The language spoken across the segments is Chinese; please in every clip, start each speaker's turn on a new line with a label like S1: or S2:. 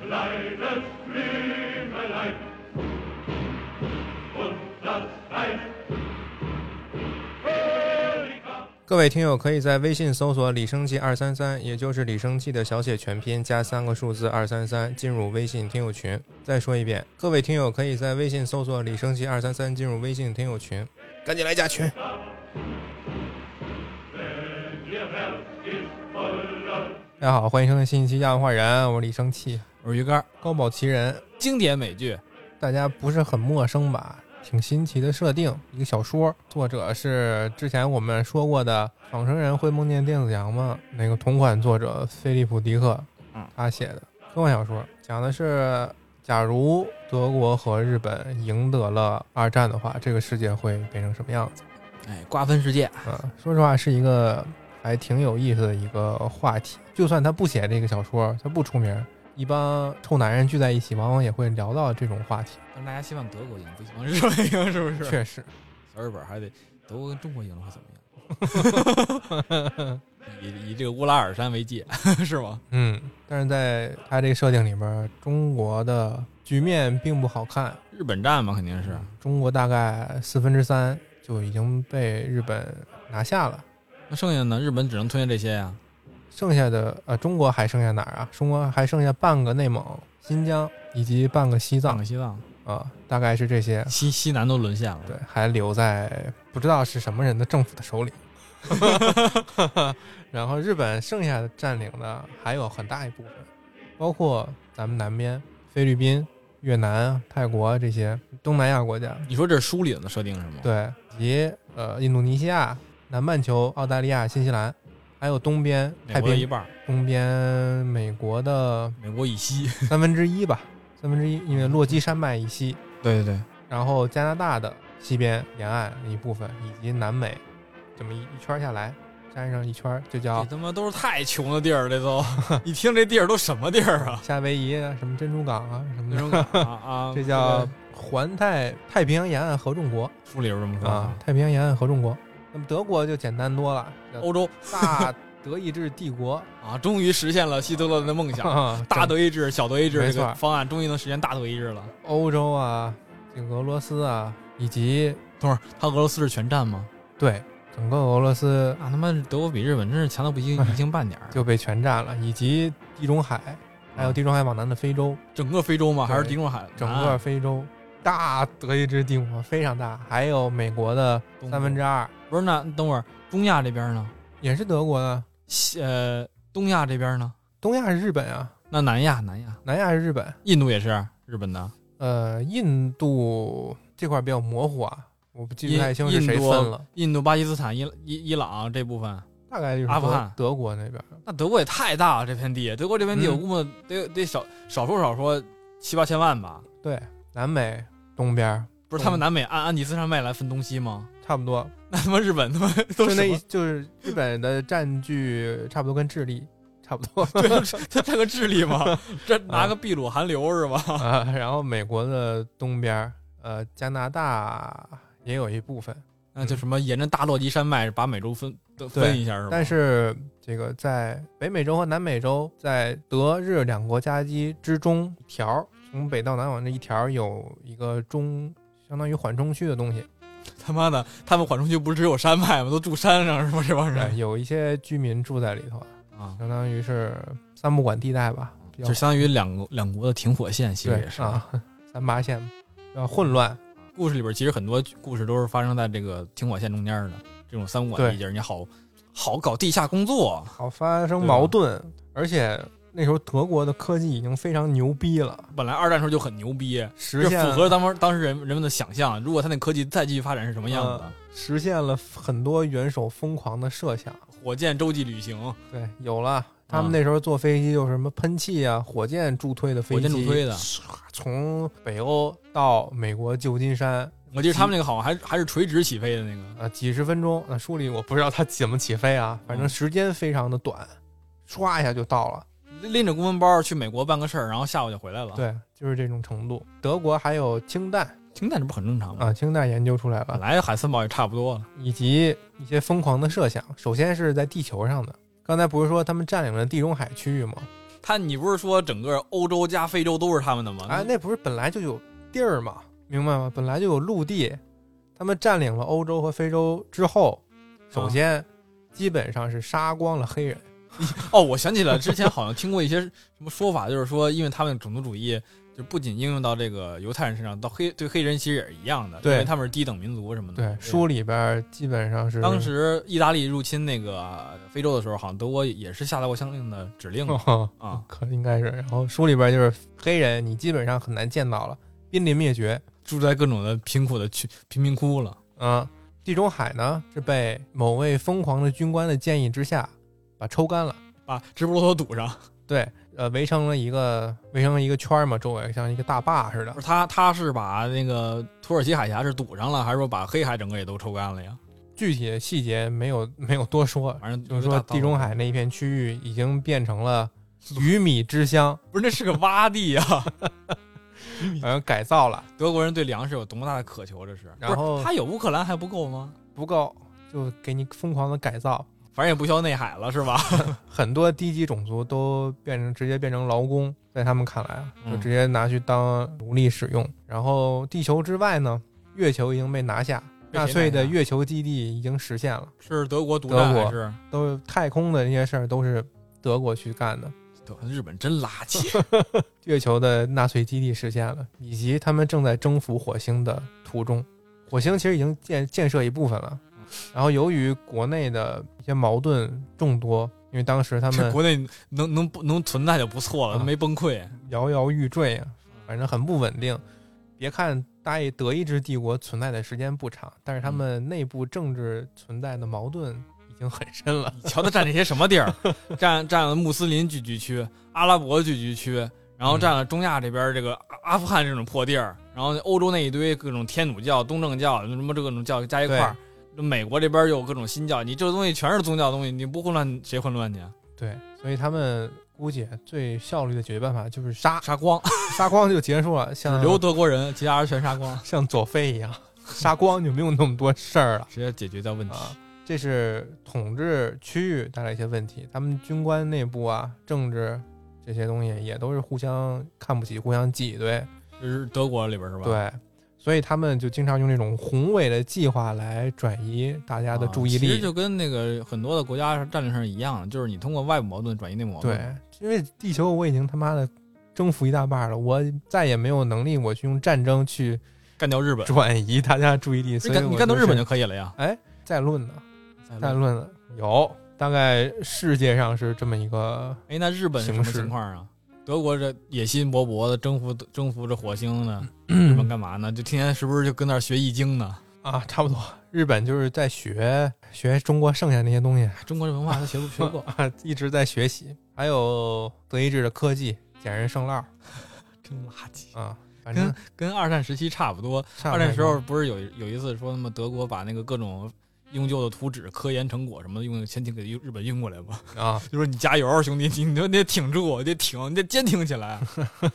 S1: grünes Blümelein und das Reich.
S2: 各位听友可以在微信搜索“李生记二三三”，也就是李生记的小写全拼加三个数字二三三，进入微信听友群。再说一遍，各位听友可以在微信搜索“李生记二三三”，进入微信听友群，赶紧来加群。大家好，欢迎收听新一期《亚文化人》，我是李生气，
S3: 我是鱼竿，
S2: 高保奇人。
S3: 经典美剧，
S2: 大家不是很陌生吧？挺新奇的设定，一个小说，作者是之前我们说过的《仿生人会梦见电子羊吗》那个同款作者菲利普·迪克
S3: 嗯，
S2: 他写的科幻小说，讲的是假如德国和日本赢得了二战的话，这个世界会变成什 么样子？
S3: 哎，瓜分世界，
S2: 嗯，说实话是一个还挺有意思的一个话题。就算他不写这个小说，他不出名，一帮臭男人聚在一起，往往也会聊到这种话题。
S3: 但是大家希望德国赢，不希望日本赢，是不是？
S2: 确实，
S3: 小日本还得德国跟中国赢了会怎么样？ 以以这个乌拉尔山为界，是吗？
S2: 嗯，但是在他这个设定里边，中国的局面并不好看。
S3: 日本战嘛，肯定是。
S2: 中国大概四分之三就已经被日本拿下了，
S3: 那剩下呢？日本只能吞下这些呀、
S2: 剩下的呃，中国还剩下哪儿啊？中国还剩下半个内蒙、新疆以及半个西
S3: 藏
S2: 藏
S3: 个西藏、
S2: 啊、大概是这些。
S3: 西西南都沦陷了。
S2: 对，还留在不知道是什么人的政府的 手里。然后日本剩下的占领的还有很大一部分，包括咱们南边菲律宾、越南、泰国这些东南亚国家，
S3: 你说这是书里的设定是吗？，
S2: 对，以及呃印度尼西亚、南半球、澳大利亚、新西兰，还有东边
S3: 美
S2: 太
S3: 国的一
S2: 平，
S3: 半儿，
S2: 东边美国的
S3: 美国以西。
S2: 三分之一吧，三分之一，因为落基山脉以西，
S3: 对对对，
S2: 然后加拿大的西边沿岸一部分，以及南美，这么一一圈下来，沾上一圈
S3: 这
S2: 就叫
S3: 他妈都是太穷的地儿，这都。一听这地儿都什么地儿啊？
S2: 夏威夷啊，什么珍珠港啊，什么
S3: 那
S2: 的，
S3: 种感觉啊 啊，
S2: 这叫环太太平洋沿岸合众国
S3: 书里边这么说
S2: 啊，太平洋沿岸合众国。那么德国就简单多了，叫
S3: 欧洲
S2: 大德意志帝 国，
S3: 啊，终于实现了希特勒的梦想，大
S2: 大
S3: 德意志、小德意
S2: 啊没
S3: 志这
S2: 错
S3: 个方案终于能实现大德意志了。
S2: 欧洲啊，这个俄罗斯啊，以及
S3: 等会儿，他俄罗斯是全占吗？
S2: 对整个俄罗斯
S3: 那他妈德国比日本真是强到不 一一星半点儿，
S2: 就被全占了，以及地中海，还有地中海往南的非洲。
S3: 整个非洲吗？
S2: 对
S3: 还是地中海？
S2: 整个
S3: 啊
S2: 非洲，大德意志帝国非常大，还有美国的
S3: 东
S2: 三分之二，
S3: 不是？那等会儿，中亚这边呢？
S2: 也是德国的。
S3: 西呃，东亚这边呢？
S2: 东亚是日本啊，
S3: 那南亚，南亚，
S2: 南亚是日本，
S3: 印度也是日本的，
S2: 呃，印度这块比较模糊啊，我不记不
S3: 印
S2: 太清是谁
S3: 印度
S2: 分了，
S3: 印度、巴基斯坦、伊伊伊朗这部分。
S2: 大概就是
S3: 阿富
S2: 德
S3: 汗
S2: 德国那边。
S3: 那德国也太大了，这片地，德国这片地，
S2: 嗯
S3: 我估摸得得少少说少说七八千万吧。
S2: 对，南美东边
S3: 不是他们南美按安第斯山脉来分东西吗？
S2: 差不多，
S3: 那他妈日本他妈都
S2: 就是那
S3: 什
S2: 一
S3: 么
S2: 就是日本的占据差不多跟智利差 不多
S3: 对， 他占个智利嘛，这拿个秘鲁韩流是吧？
S2: 啊，然后美国的东边，呃，加拿大也有一部分。
S3: 那就什么沿着大落基山脉把美洲分都
S2: 对
S3: 分一下是吧？
S2: 但是这个在北美洲和南美洲，在德日两国夹击之中一条儿，从北到南往这一条儿有一个中，相当于缓冲区的东西，
S3: 他妈的，他们缓冲区不是只有山脉吗？都住山上是吧？这帮
S2: 对，
S3: 人
S2: 有一些居民住在里头，
S3: 啊，
S2: 相当于是三不管地带吧，比较
S3: 就相当于两国两国的停火线，其实
S2: 对
S3: 也是。
S2: 啊， 三八线比较混乱，
S3: 故事里边其实很多故事都是发生在这个停火线中间的，这种三不管
S2: 对
S3: 地界，你好好搞地下工作。
S2: 好发生
S3: 对啊
S2: 矛
S3: 吧
S2: 盾，而且那时候德国的科技已经非常牛逼了，
S3: 本来二战时候就很牛逼，
S2: 实
S3: 这
S2: 现
S3: 符合当时当时人人们的想象。如果他那科技再继续发展是什么样子的？
S2: 实现了很多元首疯狂的设想。
S3: 火箭洲际旅行，
S2: 对，有了。他
S3: 啊
S2: 们那时候坐飞机就是什么喷气啊，火箭助推的飞机，
S3: 火箭助推的，
S2: 从北欧到美国旧金山，
S3: 我记得他们那个好像还还是垂直起飞的那个，
S2: 呃，几十分钟。那、书里我不知道它怎么起飞啊，反正
S3: 嗯
S2: 时间非常的短，唰一下就到了。
S3: 拎着公文包去美国办个事儿，然后下午就回来了。，
S2: 对，就是这种程度。德国还有氢弹
S3: 氢弹这不很正常吗？
S2: 啊，氢弹研究出来
S3: 本
S2: 了，
S3: 来海森堡也差不多了，
S2: 以及一些疯狂的设想。首先是在地球上的，刚才不是说他们占领了地中海区域吗？
S3: 他你不是说整个欧洲加非洲都是他们的吗？
S2: 哎，那不是本来就有地儿吗？明白吗？本来就有陆地，他们占领了欧洲和非洲之后，
S3: 啊
S2: 首先、基本上是杀光了黑人。
S3: 哦，我想起了之前好像听过一些什么说法，就是说，因为他们种族主义就不仅应用到这个犹太人身上，到黑对黑人其实也是一样的，
S2: 对
S3: 因为他们是低等民族什么的。
S2: 对，书里边基本上是
S3: 嗯 当时意大利入侵那个非洲的时候，好像德国也是下达过相应的指令嘛
S2: 哦
S3: 啊。
S2: 可应该是。然后书里边就是黑人，你基本上很难见到了，濒临灭绝。
S3: 住在各种的贫苦的区贫民窟了。
S2: 啊，地中海呢是被某位疯狂的军官的建议之下，把抽干了。
S3: 把直布罗陀堵上，
S2: 对，呃，围成了一个围成了一个圈儿嘛，周围像一个大坝似的
S3: 不。是他，他是把那个土耳其海峡是堵上了，还是说把黑海整个也都抽干了呀？
S2: 具体的细节没有没有多说，
S3: 反正
S2: 就是说地中海那一片区域已经变成了鱼米之乡，
S3: 不是那是个洼地呀、
S2: 好像改造了
S3: 德国人对粮食有多么大的渴求，这是。
S2: 然后
S3: 不是他有乌克兰还不够吗？
S2: 不够，就给你疯狂的改造。
S3: 反正也不需要内海了，是吧？
S2: 很多低级种族都变成直接变成劳工，在他们看来啊，
S3: 嗯
S2: 就直接拿去当奴隶使用。然后地球之外呢，月球已经被拿下，
S3: 被谁
S2: 纳粹的
S3: 拿下
S2: 月球基地已经实现了，
S3: 是德国独占
S2: 德国
S3: 还是？
S2: 都是太空的那些事儿都是德国去干的。
S3: 德日本真垃圾，
S2: 月球的纳粹基地实现了，以及他们正在征服火星的途中。火星其实已经建建设一部分了，然后由于国内的一些矛盾众多，因为当时他
S3: 这
S2: 们
S3: 国内能能不能存在就不错了，
S2: 啊
S3: 没崩溃。
S2: 摇摇欲坠啊，反正很不稳定。别看大意德意志帝国存在的时间不长，但是他们内部政治存在的矛盾已经很深了。
S3: 你 瞧他占这些什么地儿？占占了穆斯林聚居区、阿拉伯聚居区，然后占了中亚这边这个阿阿富汗这种破地儿，然后欧洲那一堆各种天主教、东正教什么这各种教加一块儿，美国这边又有各种新教，你这东西全是宗教东西，你不混乱谁混乱去啊？
S2: 对，所以他们估计最效率的解决办法就是杀，
S3: 杀光，
S2: 杀光就结束了，像
S3: 留德国人，其他人全杀光，
S2: 像佐菲一样，杀光就没有那么多事儿了
S3: 直接解决掉问题。
S2: 啊。这是统治区域带来一些问题，他们军官内部啊，政治这些东西也都是互相看不起、互相挤兑。
S3: 就是德国里边是吧？啊，
S2: 对，所以他们就经常用这种宏伟的计划来转移大家的注
S3: 啊
S2: 意
S3: 其实
S2: 力。
S3: 就跟那个很多的国家战略上是一样的，就是你通过外部矛盾转移内部矛盾。
S2: 对，因为地球我已经他妈的征服一大半了，我再也没有能力我去用战争去
S3: 干掉日本，
S2: 转移大家的注意力，所
S3: 你
S2: 以
S3: 干你
S2: 我
S3: 干掉
S2: 就
S3: 日本
S2: 是
S3: 就可以了呀。
S2: 哎，再论呢，
S3: 再
S2: 再
S3: 论
S2: 论呢，有大概世界上是这么一个
S3: 哎，那日本是什么
S2: 形势
S3: 情况啊？德国这野心勃勃的征服征服这火星呢，
S2: 嗯
S3: 日本干嘛呢？就天天是不是就跟那儿学易经呢？
S2: 啊，差不多，日本就是在学学中国剩下那些东西，
S3: 哎中国这文化他学不学不 过，
S2: 啊，一直在学习，还有德意志的科技捡人剩烙
S3: 真垃圾。
S2: 啊，反正
S3: 跟二战时期差不多，
S2: 差不
S3: 二
S2: 多
S3: 战时候不是有有一次说他妈德国把那个各种用旧的图纸、科研成果什么的用潜艇给日本运过来吗？
S2: 啊，
S3: 就说你加油，兄弟，你你得挺住，你得挺，你得坚挺起来，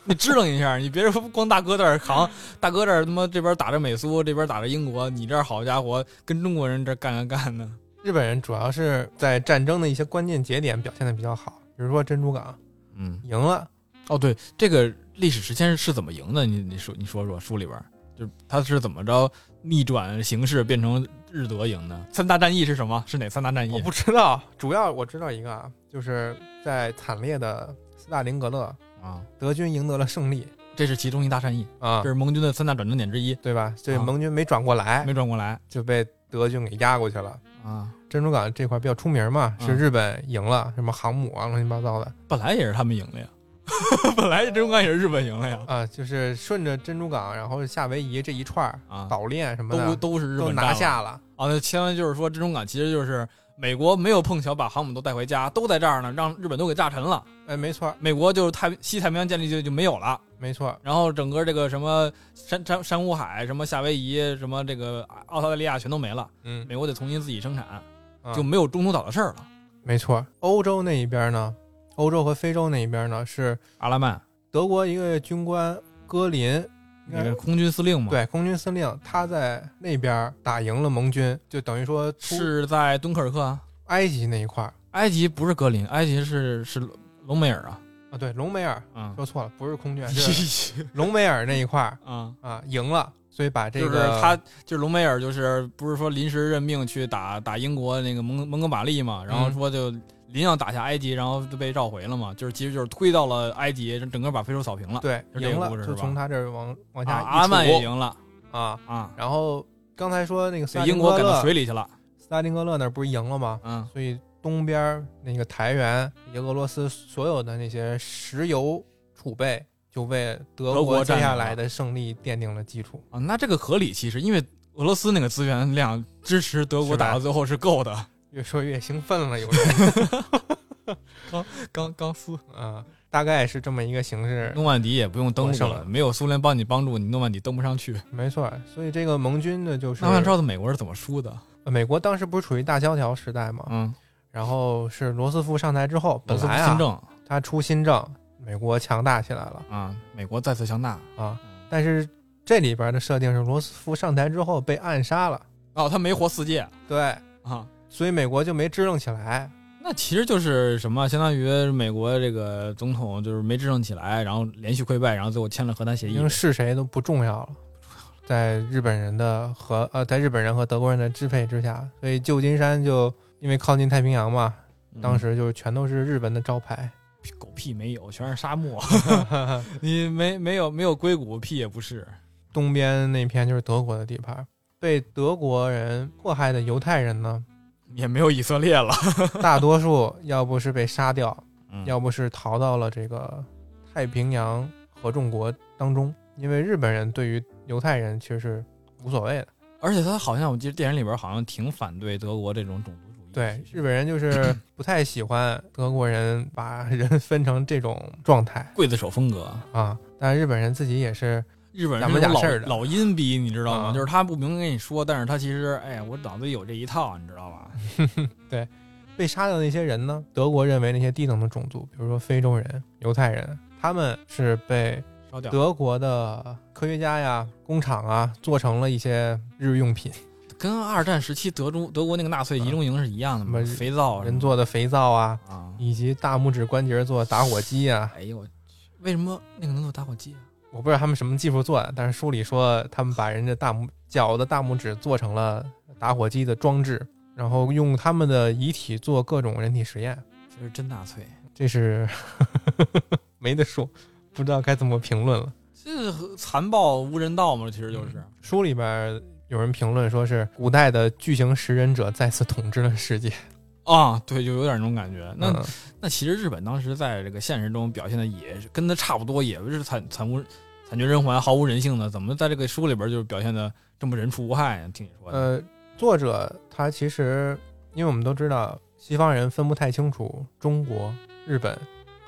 S3: 你支棱一下，你别说光大哥这儿扛，大哥这儿他妈这边打着美苏，这边打着英国，你这儿好家伙，跟中国人这儿干干干呢。
S2: 日本人主要是在战争的一些关键节点表现的比较好，比如说珍珠港
S3: 嗯，
S2: 赢了，
S3: 哦，对，这个历史时间是怎么赢的？你你说你说说书里边儿，就是他是怎么着逆转形势变成日德赢的？三大战役是什么？是哪三大战役？
S2: 我不知道，主要我知道一个啊，就是在惨烈的斯大林格勒，
S3: 啊，
S2: 德军赢得了胜利
S3: 这是其中一大战役，
S2: 啊
S3: 这，是盟军的三大转折点之一，
S2: 对吧？这
S3: 啊
S2: 盟军没转过来，
S3: 没转过来
S2: 就被德军给压过去了。
S3: 啊，
S2: 珍珠港这块比较出名嘛，
S3: 嗯
S2: 是日本赢了，什么航母啊，乱七八糟的
S3: 本来也是他们赢了呀， 本来这中间也是日本赢了呀，
S2: 啊，就是顺着珍珠港，然后夏威夷这一串儿
S3: 啊，
S2: 岛链什么
S3: 都
S2: 的
S3: 都是日
S2: 都
S3: 本
S2: 拿
S3: 占了
S2: 下了。
S3: 啊，那千万就是说，珍珠港其实就是美国没有碰巧把航母都带回家，都在这儿呢，让日本都给炸沉了。
S2: 哎，没错儿，
S3: 美国就是太西太平洋建立就就没有了，
S2: 没错儿，
S3: 然后整个这个什么珊珊珊瑚海、什么夏威夷、什么这个澳大利亚全都没了，
S2: 嗯，
S3: 美国得重新自己生产，
S2: 啊
S3: 就没有中途岛的事儿了。
S2: 没错，欧洲那一边呢，欧洲和非洲那一边呢，是
S3: 阿拉曼，
S2: 德国一个军官戈林，应
S3: 那
S2: 该
S3: 个空军司令嘛，，
S2: 对空军司令，他在那边打赢了盟军，就等于说出
S3: 是在敦刻尔克啊。
S2: 埃及那一块儿
S3: 埃及不是格林，埃及是是隆美尔啊，
S2: 啊，对，隆美尔
S3: 啊
S2: 说错了，不是 空军，是
S3: 这
S2: 隆美尔那一块儿
S3: 啊，
S2: 啊赢了，所以把这
S3: 就
S2: 个
S3: 是他就是隆美尔，就是不是说临时任命去打打英国那个蒙蒙哥马利嘛，然后
S2: 嗯
S3: 说就临要打下埃及，然后就被召回了嘛，就是其实就是推到了埃及，整个把非洲扫平了。
S2: 对
S3: 就这个
S2: 赢了
S3: 故事，是
S2: 就
S3: 吧
S2: 从他这儿往往
S3: 啊，
S2: 下
S3: 阿曼也
S2: 一杵
S3: 赢了
S2: 啊，
S3: 啊，
S2: 然后刚才说那个斯
S3: 给
S2: 大
S3: 英
S2: 林
S3: 国
S2: 格
S3: 赶到
S2: 勒，
S3: 水里去了。
S2: 斯大林格勒那儿不是赢了吗？
S3: 嗯
S2: 所以东边儿那个台原以及俄罗斯所有的那些石油储备，就为德
S3: 德国
S2: 国接
S3: 占
S2: 下
S3: 领
S2: 来
S3: 了
S2: 的胜利奠定了基础。
S3: 啊，那这个合理，其实因为俄罗斯那个资源量支持德国
S2: 是吧
S3: 打到最后是够 的。
S2: 越说越兴奋了，有人
S3: 刚刚斯
S2: 啊，大概是这么一个形式。
S3: 诺曼底也不用登
S2: 我
S3: 陆
S2: 上
S3: 了，
S2: 了
S3: 没有苏联帮你帮助，你诺曼底登不上去。
S2: 没错儿，所以这个盟军呢，就是
S3: 那我想知道美国是怎么输的。
S2: 呃美国当时不是处于大萧条时代嘛，
S3: 嗯，
S2: 然后是罗斯福上台之后，
S3: 罗
S2: 本
S3: 斯福
S2: 来
S3: 新
S2: 啊，
S3: 政
S2: 他出新政，美国强大起来了
S3: 啊，美国再次强大。
S2: 啊，但是这里边的设定是罗斯福上台之后被暗杀了，
S3: 哦，他没活四届
S2: 对，
S3: 啊。
S2: 所以美国就没支棱起来，
S3: 那其实就是什么，相当于美国这个总统就是没支撑起来，然后连续溃败，然后最后签了核弹协议
S2: 因为。是谁都不重要了。在日本人的和呃，在日本人和德国人的支配之下，所以旧金山就因为靠近太平洋嘛，当时就是全都是日本的招牌。
S3: 嗯狗屁没有，全是沙 漠。你没没有没有硅谷，屁也不是。
S2: 东边那片就是德国的地盘，被德国人迫害的犹太人呢，
S3: 也没有以色列了。
S2: 大多数要不是被杀掉，
S3: 嗯
S2: 要不是逃到了这个太平洋合众国当中，因为日本人对于犹太人其实是无所谓的。
S3: 而且他好像我记得电影里边好像挺反对德国这种种族主义。
S2: 对，日本人就是不太喜欢德国人把人分成这种状态
S3: 刽子手风格，
S2: 啊。但日本人自己也是，
S3: 日本人
S2: 咱们
S3: 是
S2: 俩
S3: 老
S2: 事儿的
S3: 老阴逼，你知道吗？
S2: 啊
S3: 就是他不明跟你说，但是他其实哎，我脑子里有这一套，你知道吧？
S2: 被杀掉的那些人呢，德国认为那些低等的种族，比如说非洲人、犹太人，他们是被
S3: 烧掉
S2: 德国的科学家呀、工厂啊做成了一些日用品，
S3: 跟二战时期德中德国那个纳粹集中营是一样的嘛，
S2: 什么
S3: 肥皂什么
S2: 嗯人做的肥皂啊，
S3: 啊，
S2: 以及大拇指关节做的打火机啊。
S3: 哎呦我去，为什么那个能做打火机啊？
S2: 我不知道他们什么技术做的，但是书里说他们把人家大拇脚的大拇指做成了打火机的装置，然后用他们的遗体做各种人体实验，
S3: 这是真纳粹，
S2: 这是 没得说，不知道该怎么评论了。
S3: 这是残暴无人道嘛，其实就是。
S2: 书里边有人评论说是古代的巨型食人者再次统治了世界。
S3: 啊，对，就有点那种感觉。那、
S2: 嗯、
S3: 那其实日本当时在这个现实中表现的也是跟他差不多，也是惨惨无惨绝人寰、毫无人性的，怎么在这个书里边就是表现的这么人畜无害呀？啊听你说的，
S2: 呃，作者他其实因为我们都知道西方人分不太清楚中国、日本、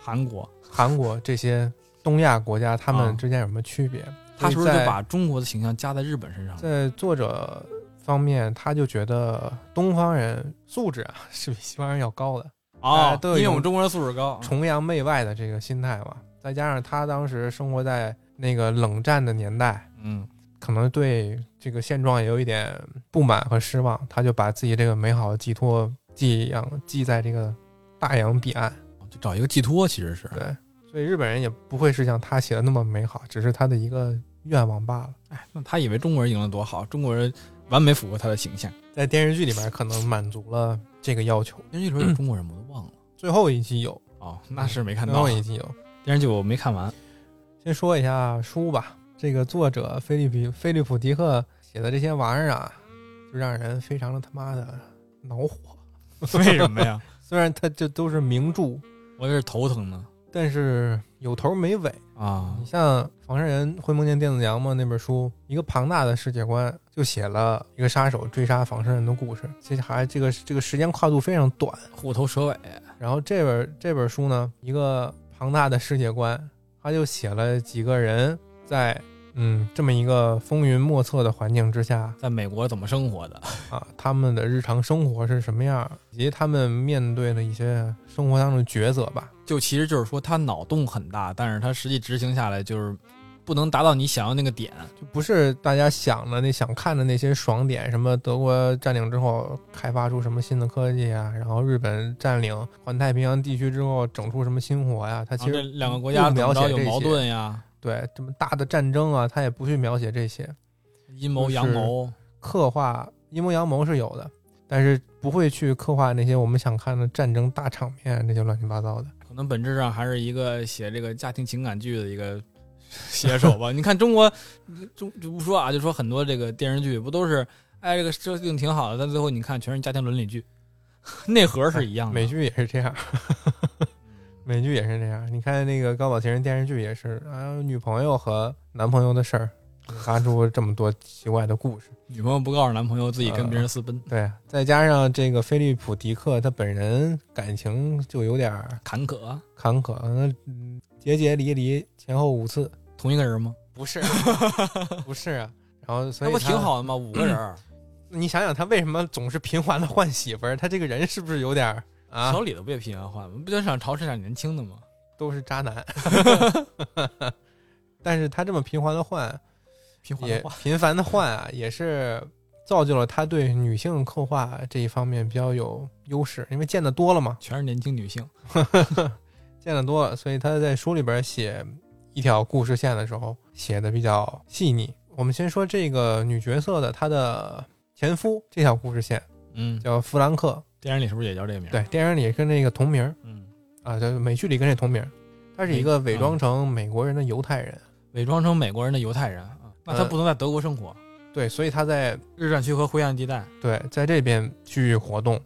S3: 韩国
S2: 韩国这些东亚国家他
S3: 啊
S2: 们之间有什么区别？
S3: 他是不
S2: 所
S3: 是
S2: 以
S3: 就
S2: 在
S3: 把中国的形象加在日本身上了？
S2: 在作者方面，他就觉得东方人素质啊是比西方人要高的，
S3: 哦
S2: 哎，对
S3: 因为我们中国人素质高，
S2: 崇洋媚外的这个心态嘛。再加上他当时生活在那个冷战的年代，
S3: 嗯，
S2: 可能对这个现状也有一点不满和失望，他就把自己这个美好的寄托寄养寄在这个大洋彼岸。
S3: 哦就找一个寄托，其实是。
S2: 对，所以日本人也不会是像他写的那么美好，只是他的一个愿望罢了。
S3: 哎，那他以为中国人赢了多好，中国人完美符合他的形象。
S2: 在电视剧里面可能满足了这个要求。
S3: 电视剧里
S2: 嗯
S3: 边有中国人吗，我都忘了。
S2: 最后一集有，
S3: 哦，那是没看
S2: 最
S3: 到
S2: 后，一集有。
S3: 电视剧我没看 完。
S2: 先说一下书吧，这个作者菲利比菲利普迪克写的这些玩意儿啊，就让人非常的他妈的恼火。
S3: 为什么呀？
S2: 虽然它这都是名著，
S3: 我这是头疼呢。
S2: 但是有头没尾。
S3: 啊
S2: 你，像《仿生人会梦见电子羊吗》那本书，一个庞大的世界观就写了一个杀手追杀仿生人的故事，其实还这个这个时间跨度非常短。
S3: 虎头蛇尾，
S2: 然后这本这本书呢，一个庞大的世界观，他就写了几个人在嗯这么一个风云莫测的环境之下
S3: 在美国怎么生活的？
S2: 啊，他们的日常生活是什么样，以及他们面对的一些生活当中的抉择吧。
S3: 就其实就是说他脑洞很大，但是他实际执行下来就是不能达到你想要那个点。
S2: 就不是大家想的那想看的那些爽点，什么德国占领之后开发出什么新的科技啊，然后日本占领环太平洋地区之后整出什么新火呀、它
S3: 然
S2: 其
S3: 后啊这
S2: 实
S3: 两个国家
S2: 不
S3: 怎
S2: 描
S3: 么
S2: 写
S3: 着有
S2: 这
S3: 矛
S2: 些
S3: 盾呀、
S2: 对这么大的战争啊，它也不去描写这些，
S3: 阴谋
S2: 就是
S3: 阳谋。
S2: 刻画阴谋阳谋是有的，但是不会去刻画那些我们想看的战争大场面那啊些乱七八糟的。
S3: 可能本质上还是一个写这个家庭情感剧的一个写手 吧。你看中国，中就不说啊，就说很多这个电视剧不都是，哎，这个设定挺好的，但最后你看全是家庭伦理剧， 内核是一样的。
S2: 美剧也是这样， 美剧也是这样。你看那个《高保情人》电视剧也是啊，女朋友和男朋友的事儿，引发出这么多奇怪的故事。
S3: 女朋友不告诉男朋友，自己跟别人私奔，
S2: 对，啊再加上这个菲利普·迪克他本人感情就有点儿
S3: 坎坷啊。
S2: 坎坷，嗯节节离离前后五次，
S3: 同一个人吗？
S2: 不是， 不是啊。然后所
S3: 那
S2: 以
S3: 不
S2: 他
S3: 挺。好的吗？五个人儿，
S2: 你想想他为什么总是频繁的换媳妇儿？他这个人是不是有点儿啊？
S3: 小李子不也频繁换吗？不就想潮这点年轻的吗？
S2: 都是渣男。 但是他这么频繁的换，
S3: 频繁
S2: 也
S3: 的换，
S2: 频繁的换啊，也是造就了他对女性刻画这一方面比较有优势，因为见得多了嘛，
S3: 全是年轻女性。
S2: 见得多了，所以他在书里边写一条故事线的时候写的比较细腻。我们先说这个女角色的她的前夫这条故事线
S3: 嗯，
S2: 叫弗兰克，
S3: 电影里是不是也叫这个名？
S2: 对，，电影里跟那个同名儿
S3: 嗯，
S2: 啊，对，美剧里跟这同名儿。他是一个伪装成美国人的犹太人，
S3: 伪装成美国人的犹太人啊，那他
S2: 呃
S3: 不能在德国生活。
S2: 对，所以他在
S3: 日战区和灰暗地带，
S2: 对，在这边去活动。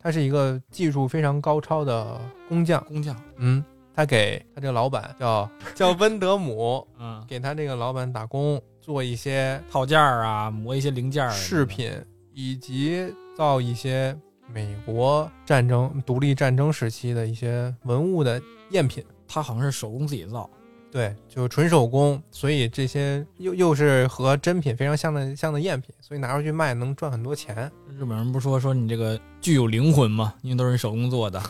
S2: 他是一个技术非常高超的工匠，
S3: 工匠，
S2: 嗯，他给他这个老板叫叫温德姆，
S3: 嗯，
S2: 给他这个老板打工，做一些
S3: 套件儿啊，磨一些零件儿啊，
S2: 饰品，以及造一些美国战争、独立战争时期的一些文物的赝品。
S3: 他好像是手工自己造，
S2: 对，就纯手工，所以这些又又是和真品非常像的像的赝品，所以拿出去卖能赚很多钱。
S3: 日本人不说说你这个具有灵魂吗？因为都是手工 做的，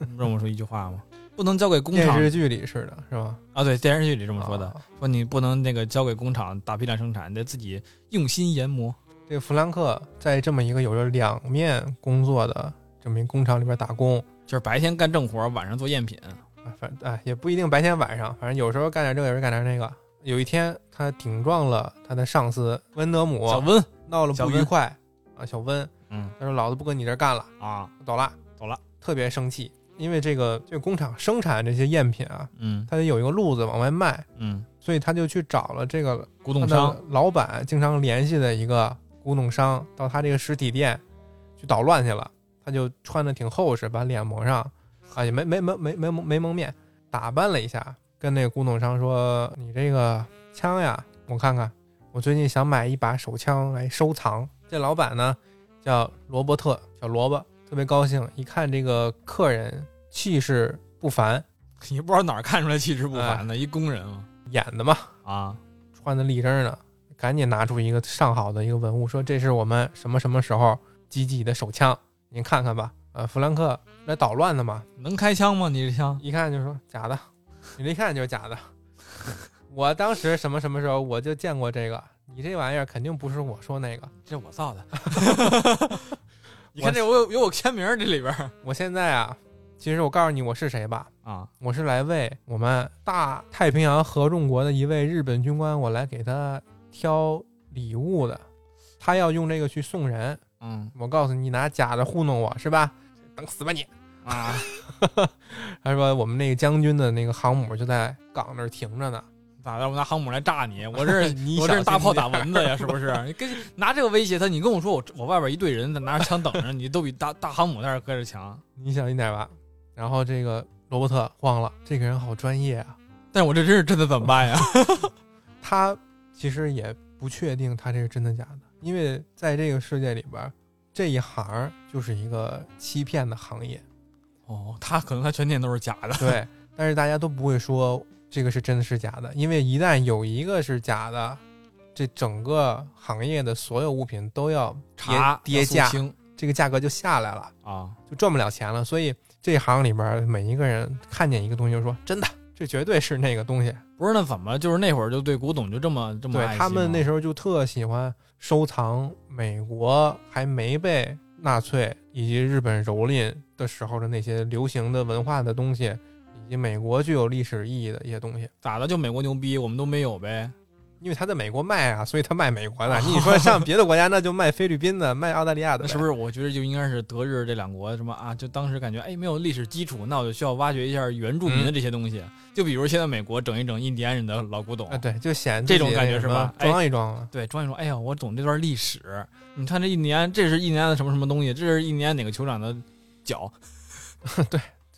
S3: 你不这么说一句话吗？不能交给工
S2: 电
S3: 厂
S2: 视剧里似的，是吧？
S3: 啊，对，电视剧里这么说的，
S2: 啊
S3: 说你不能那个交给工厂大批量生产，你得自己用心研磨。
S2: 这个弗兰克在这么一个有着两面工作的这么一个工厂里边打工，
S3: 就是白天干正活，晚上做赝品。
S2: 啊，反哎也不一定白天晚上，反正有时候干点这个，有时候干点那个。有一天，他顶撞了他的上司温德姆，
S3: 小温，
S2: 闹了
S3: 小
S2: 不
S3: 温
S2: 愉快啊。小温
S3: 嗯
S2: 他说：“老子不跟你这儿干了，
S3: 啊，
S2: 走了，
S3: 走了。”
S2: 特别生气，因为这个这个工厂生产这些赝品啊，
S3: 嗯
S2: 它得有一个路子往外卖，
S3: 嗯，
S2: 所以他就去找了这个
S3: 古
S2: 他
S3: 董商
S2: 的老板经常联系的一个古董商，到他这个实体店去捣乱去了。他就穿的挺厚实，把脸蒙上，啊，也没没没没没蒙没蒙面，打扮了一下，跟那个古董商说：“你这个枪呀，我看看，我最近想买一把手枪来收藏。”这老板呢叫罗伯特，小萝卜，特别高兴，一看这个客人气势不凡，
S3: 也不知道哪儿看出来气质不凡
S2: 哎
S3: 的，一工人嘛
S2: 演的嘛，
S3: 啊，
S2: 穿的立正呢，赶紧拿出一个上好的一个文物，说这是我们什么什么时候击击的手枪，您看看吧。呃，弗兰克来捣乱的嘛，
S3: 能开枪吗？你这枪？
S2: 一看就说假的，你这一看就是假的。 我当时什么什么时候我就见过这个，你这玩意儿肯定不是我说那个。
S3: 这我造 的。你看这我有有我签名儿这里边儿
S2: 我现在啊，其实我告诉你我是谁吧，
S3: 啊，
S2: 我是来为我们大太平洋合众国的一位日本军官，我来给他挑礼物的，他要用这个去送人。
S3: 嗯
S2: 我告诉你，拿假的糊弄我是吧？等死吧你！
S3: 啊，
S2: 他说我们那个将军的那个航母就在港那儿停着呢。
S3: 咋的？我拿航母来炸你？我 这
S2: 你
S3: 我这
S2: 小
S3: 是
S2: 心
S3: 大炮打
S2: 点儿
S3: 蚊子呀，是不是？你跟拿这个威胁他，你跟我说我我外边一队人在拿着枪等着你，都比大大航母在那儿搁着强。
S2: 你小心点儿吧。然后这个罗伯特慌了，这个人好专业啊。
S3: 但是我这真是真的怎么办呀？
S2: 他其实也不确定他这是真的假的，因为在这个世界里边儿，这一行儿就是一个欺骗的行业。
S3: 哦，他可能他全店都是假的。
S2: 对，但是大家都不会说这个是真的是假的，因为一旦有一个是假的，这整个行业的所有物品都要跌
S3: 查
S2: 跌
S3: 要肃
S2: 价，
S3: 清
S2: 这个价格就下来了，
S3: 啊，
S2: 就赚不了钱了。所以这行里边每一个人看见一个东西就说真的这绝对是那个东西。
S3: 不是那怎么就是那会儿就对古董就这么这么
S2: 对
S3: 爱惜
S2: 他们
S3: 吗
S2: 那时候就特喜欢收藏美国还没被纳粹以及日本蹂躏的时候的那些流行的文化的东西，以及美国具有历史意义的一些东西。
S3: 咋的就美国牛逼，我们都没有呗？
S2: 因为他在美国卖啊，所以他卖 美国的。你说上别的国家，那就卖菲律宾的，卖澳大利亚的
S3: 那
S2: 呗，
S3: 是不是？我觉得就应该是德日这两国什么啊，就当时感觉哎没有历史基础，那我就需要挖掘一下原住
S2: 嗯
S3: 民的这些东西。就比如现在美国整一整印第安人的老古董，
S2: 啊，对，就显
S3: 这种感觉是吧
S2: 自己那什么装一装啊，
S3: 对，庄一说，哎呀，我懂这段历史。你看这一年，这是一年的什么什么东西，这是一年哪个酋长的脚，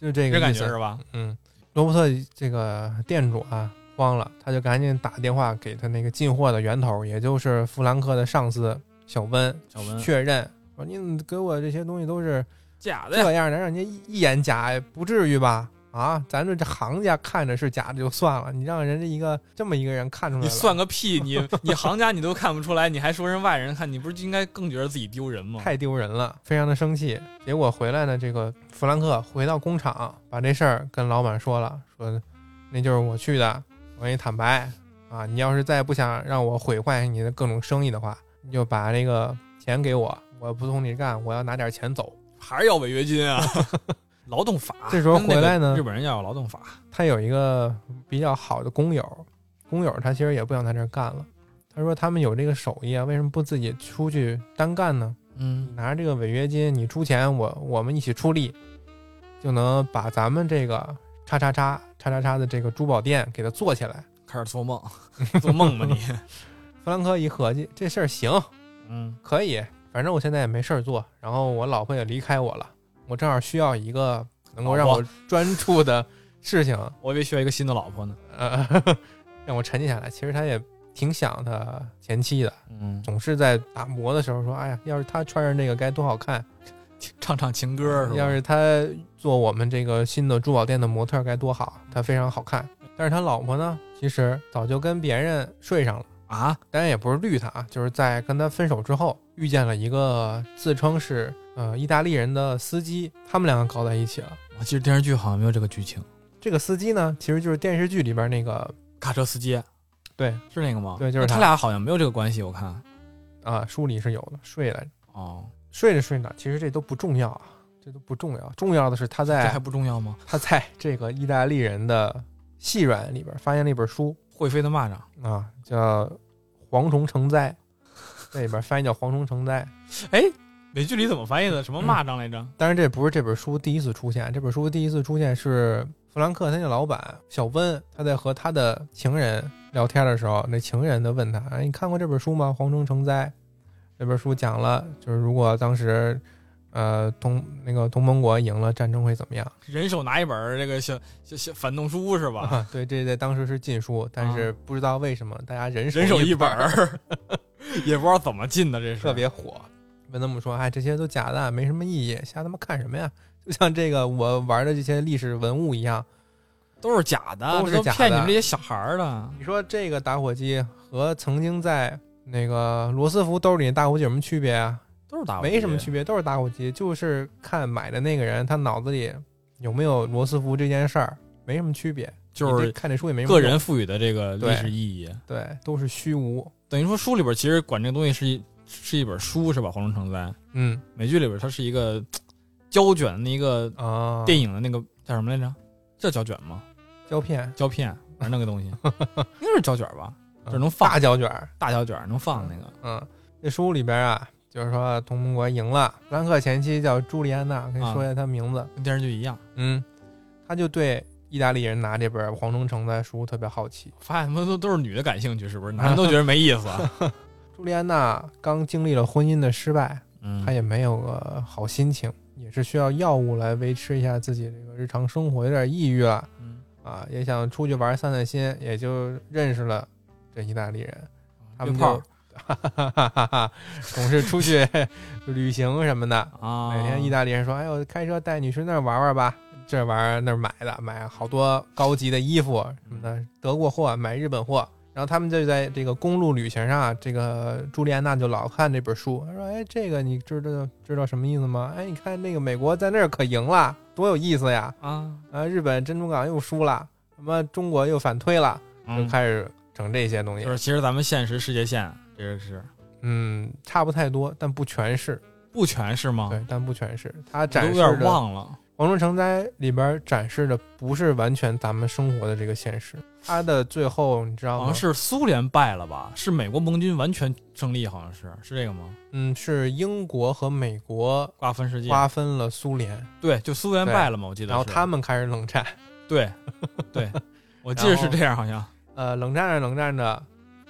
S2: 就这
S3: 这
S2: 个
S3: 感
S2: 意
S3: 觉
S2: 思。
S3: 是吧？
S2: 嗯，罗伯特这个店主啊慌了，他就赶紧打电话给他那个进货的源头，也就是弗兰克的上司小温
S3: 小文
S2: 确认说：“你给我这些东西都是
S3: 假哎的呀，
S2: 这样的，让人家一一眼假，不至于吧？”啊，咱这这行家看着是假的就算了，你让人家一个这么一个人看出来了，
S3: 你算个屁！你 你行家你都看不出来，你还说人外人看，你不是应该更觉得自己丢人吗？
S2: 太丢人了，非常的生气。结果回来呢，这个弗兰克回到工厂，把这事儿跟老板说了，说那就是我去的，我跟你坦白啊，你要是再不想让我毁坏你的各种生意的话，你就把那个钱给我，我不同你干，我要拿点钱走。
S3: 还是要违约金啊？ 劳动法。
S2: 这时候
S3: 跟那
S2: 回
S3: 个
S2: 来呢
S3: 日本人要有劳动法，
S2: 他有一个比较好的工友，工友他其实也不想在这儿干了。他说他们有这个手艺啊，为什么不自己出去单干呢？
S3: 嗯，
S2: 拿着这个违约金，你出钱，我我们一起出力，就能把咱们这个叉叉叉叉叉叉的这个珠宝店给它做起来。
S3: 开始做梦， 做梦吧你。
S2: 弗兰克一合计，这事儿行，
S3: 嗯，
S2: 可以，反正我现在也没事儿做，然后我老婆也离开我了，我正好需要一个能够让
S3: 老
S2: 我专注的事情，
S3: 我以为需要一个新的老婆呢。
S2: 呃，让我沉浸下来。其实他也挺想他前妻的，
S3: 嗯，
S2: 总是在打磨的时候说，哎呀，要是他穿上这个该多好看。
S3: 唱唱情歌是吧？
S2: 要是他做我们这个新的珠宝店的模特儿该多好，他非常好看。但是他老婆呢，其实早就跟别人睡上了，
S3: 啊，
S2: 当然也不是绿他啊，就是在跟他分手之后遇见了一个自称是呃意大利人的司机，他们两个搞在一起了。
S3: 我记得电视剧好像没有这个剧情。
S2: 这个司机呢，其实就是电视剧里边那个
S3: 卡车司机
S2: 对
S3: 是那个吗？
S2: 对就是
S3: 那
S2: 他
S3: 他俩好像没有这个关系，我看。
S2: 啊，书里是有的，睡了
S3: 哦，
S2: 睡着睡着，其实这都不重要啊，这都不重要，重要的是他
S3: 这还
S2: 在
S3: 不重要吗？
S2: 他在这个意大利人的细软里边发现了一本书。
S3: 会飞的蚂蚱，
S2: 啊，叫《蝗虫成灾》，这里边翻译叫《蝗虫成灾》。
S3: 美剧里怎么翻译的？什么蚂蚱来着？
S2: 当然，这不是这本书第一次出现，这本书第一次出现是弗兰克他那老板小温，他在和他的情人聊天的时候，那情人呢问他：“哎，你看过这本书吗？《蝗虫成灾》这本书讲了，就是如果当时。”呃，同那个同盟国赢了，战争会怎么样？
S3: 人手拿一本儿这个小小小反动书是 吧？
S2: 啊，对，这在当时是禁书，但是不知道为什么大家人手
S3: 人手
S2: 一
S3: 一本儿， 也不知道怎么进的，这是
S2: 特别火。问他们说：“哎，这些都假的，没什么意义，瞎他妈看什么呀？就像这个我玩的这些历史文物一样。
S3: 都是假的，
S2: 都是
S3: 这
S2: 假的
S3: 骗你们这些小孩儿的。
S2: 你说这个打火机和曾经在那个罗斯福兜里的打火机有什么区别啊？
S3: 都是打火机
S2: 没什么区别，都是打火机，就是看买的那个人他脑子里有没有罗斯福这件事儿，没什么区别。
S3: 就
S2: 你这
S3: 是
S2: 看这书也没什么
S3: 个
S2: 用
S3: 人赋予的这个历
S2: 对
S3: 史意义。
S2: 对，都是虚无。
S3: 等于说书里边其实管这个东西是一是一本书是吧？《黄龙成灾》
S2: 嗯
S3: 美剧里边它是一个嘖胶卷的一个
S2: 啊，
S3: 电影的那个叫什么来着？叫胶卷吗？
S2: 胶片
S3: 胶片反正那个 东西，应该是胶卷吧？就是能放
S2: 嗯大胶卷儿，
S3: 大胶卷能放那个
S2: 嗯，这书里边啊，就是说同盟国赢了，弗兰克前妻叫朱莉安娜，跟
S3: 啊
S2: 你说一下她名字。
S3: 跟电视剧一样。
S2: 嗯，她就对意大利人拿这本《黄忠城》的书特别好奇。
S3: 发现他们都都是女的感兴趣，是 不是？男的都觉得没意思。啊
S2: 朱莉安娜刚经历了婚姻的失败，
S3: 嗯
S2: 她也没有个好心情，也是需要药物来维持一下自己这个日常生活，有点抑郁了
S3: 嗯
S2: 啊，也想出去玩散散心，也就认识了这意大利人。他
S3: 约
S2: 们
S3: 炮
S2: 就 总是出去旅行什么的。
S3: 啊，
S2: 每天意大利人说：“哎呦，开车带你去那儿玩玩吧，这玩意儿那儿买的，买好多高级的衣服什么的，德国货买日本货。”然后他们就在这个公路旅行上啊，这个朱莉安娜就老看这本书，她说：“哎，这个你知道知道什么意思吗？哎，你看那个美国在那儿可赢了，多有意思呀！
S3: 啊，
S2: 啊，日本珍珠港又输了，什么中国又反推了，就
S3: 嗯，
S2: 开始整这些东西
S3: 就。是其实咱们现实世界线这个是
S2: 嗯，差不太多，但不全是。
S3: 不全是吗？
S2: 对，但不全是。
S3: 哦
S2: 它
S3: 我都
S2: 展
S3: 有
S2: 示的
S3: 点
S2: 《
S3: 忘了。
S2: 蝗虫成灾》里边展示的不是完全咱们生活的这个现实。它的最后，你知道
S3: 好
S2: 吗
S3: 像？是苏联败了吧？是美国盟军完全胜利，好像是是这个吗？
S2: 嗯，是英国和美国
S3: 瓜分世界，
S2: 瓜分了苏联，
S3: 对，就苏联
S2: 对
S3: 败了嘛，我记得是。
S2: 然后他们开始冷战。
S3: 对 对，我记得是这样，好像
S2: 呃，冷战着冷战着，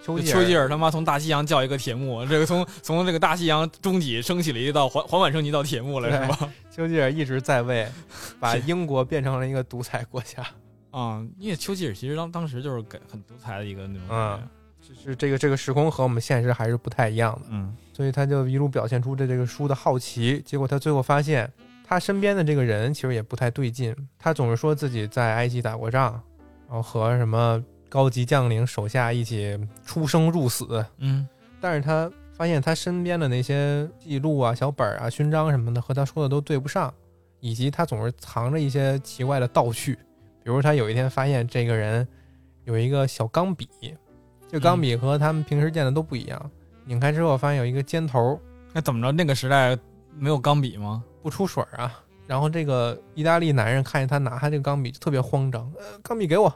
S2: 丘
S3: 就
S2: 吉
S3: 丘
S2: 尔
S3: 吉尔他妈从大西洋叫一个铁幕，这个从从这个大西洋中脊升起了一道缓缓缓升级到铁幕来是吧？
S2: 丘吉尔一直在位， 把
S3: 是
S2: 英国变成了一个独裁国家。
S3: 啊、因为丘吉尔其实当当时就是给很独裁的一个那种感觉，
S2: 嗯就是这个这个时空和我们现实还是不太一样的，
S3: 嗯
S2: 所以他就一路表现出对这个书的好奇。结果他最后发现，他身边的这个人其实也不太对劲。他总是说自己在埃及打过仗，然后和什么高级将领手下一起出生入死，
S3: 嗯
S2: 但是他发现他身边的那些记录啊、小本儿啊、勋章什么的，和他说的都对不上，以及他总是藏着一些奇怪的盗趣，比如他有一天发现这个人有一个小钢笔，这钢笔和他们平时见的都不一样，拧开之后发现有一个尖头，
S3: 那怎么着？那个时代没有钢笔吗？
S2: 不出水儿啊。然后这个意大利男人看见他拿他这个钢笔就特别慌张，呃，钢笔给我，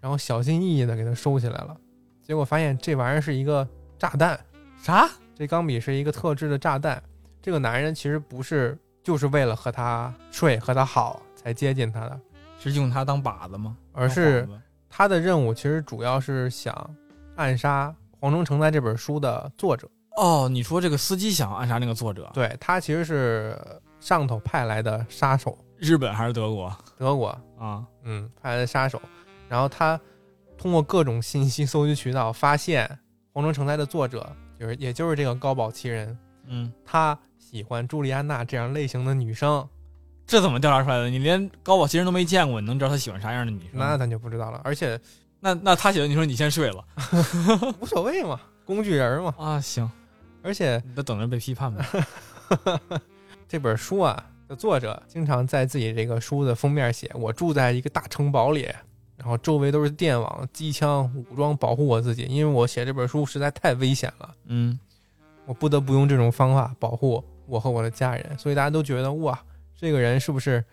S2: 然后小心翼翼的给他收起来了，结果发现这玩意儿是一个炸弹。
S3: 啥？
S2: 这钢笔是一个特制的炸弹。这个男人其实不是就是为了和他睡、和他好才接近他的，
S3: 是用它当靶子吗？
S2: 而是他的任务其实主要是想暗杀《黄忠成在》这本书的作者。
S3: 哦，你说这个司机想暗杀那个作者，
S2: 对他其实是上头派来的杀手，
S3: 日本还是德国
S2: 德国
S3: 啊？
S2: 嗯派来的杀手。然后他通过各种信息搜集渠道发现《黄忠成在》的作者就是也就是这个高保奇人，
S3: 嗯，
S2: 他喜欢朱莉安娜这样类型的女生。
S3: 这怎么调查出来的？你连高保奇人都没见过，你能知道他喜欢啥样的女生？
S2: 那咱就不知道了。而且
S3: 那那他喜欢你说你先睡了
S2: 无所谓嘛，工具人嘛。
S3: 啊？行，
S2: 而且
S3: 你就等着被批判吧。
S2: 这本书啊的作者经常在自己这个书的封面写：“我住在一个大城堡里，然后周围都是电网、机枪、武装保护我自己，因为我写这本书实在太危险了，
S3: 嗯，
S2: 我不得不用这种方法保护我和我的家人。”所以大家都觉得哇，这个人是不是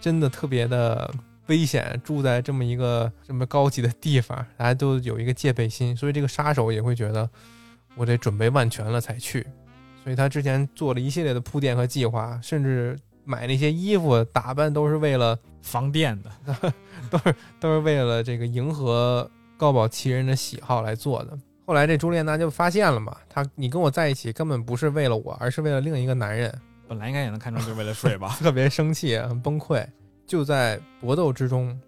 S2: 真的特别的？危险住在这么一个这么高级的地方，大家都有一个戒备心，所以这个杀手也会觉得我得准备万全了才去。所以他之前做了一系列的铺垫和计划，甚至买那些衣服打扮都是为了
S3: 防电的，
S2: 都是为了这个迎合高保奇人的喜好来做的。后来这朱丽安娜就发现了嘛，她你跟我在一起根本不是为了我，而是为了另一个男人，
S3: 本来应该也能看出就是为了睡吧。
S2: 特别生气，很崩溃。就在搏斗之中，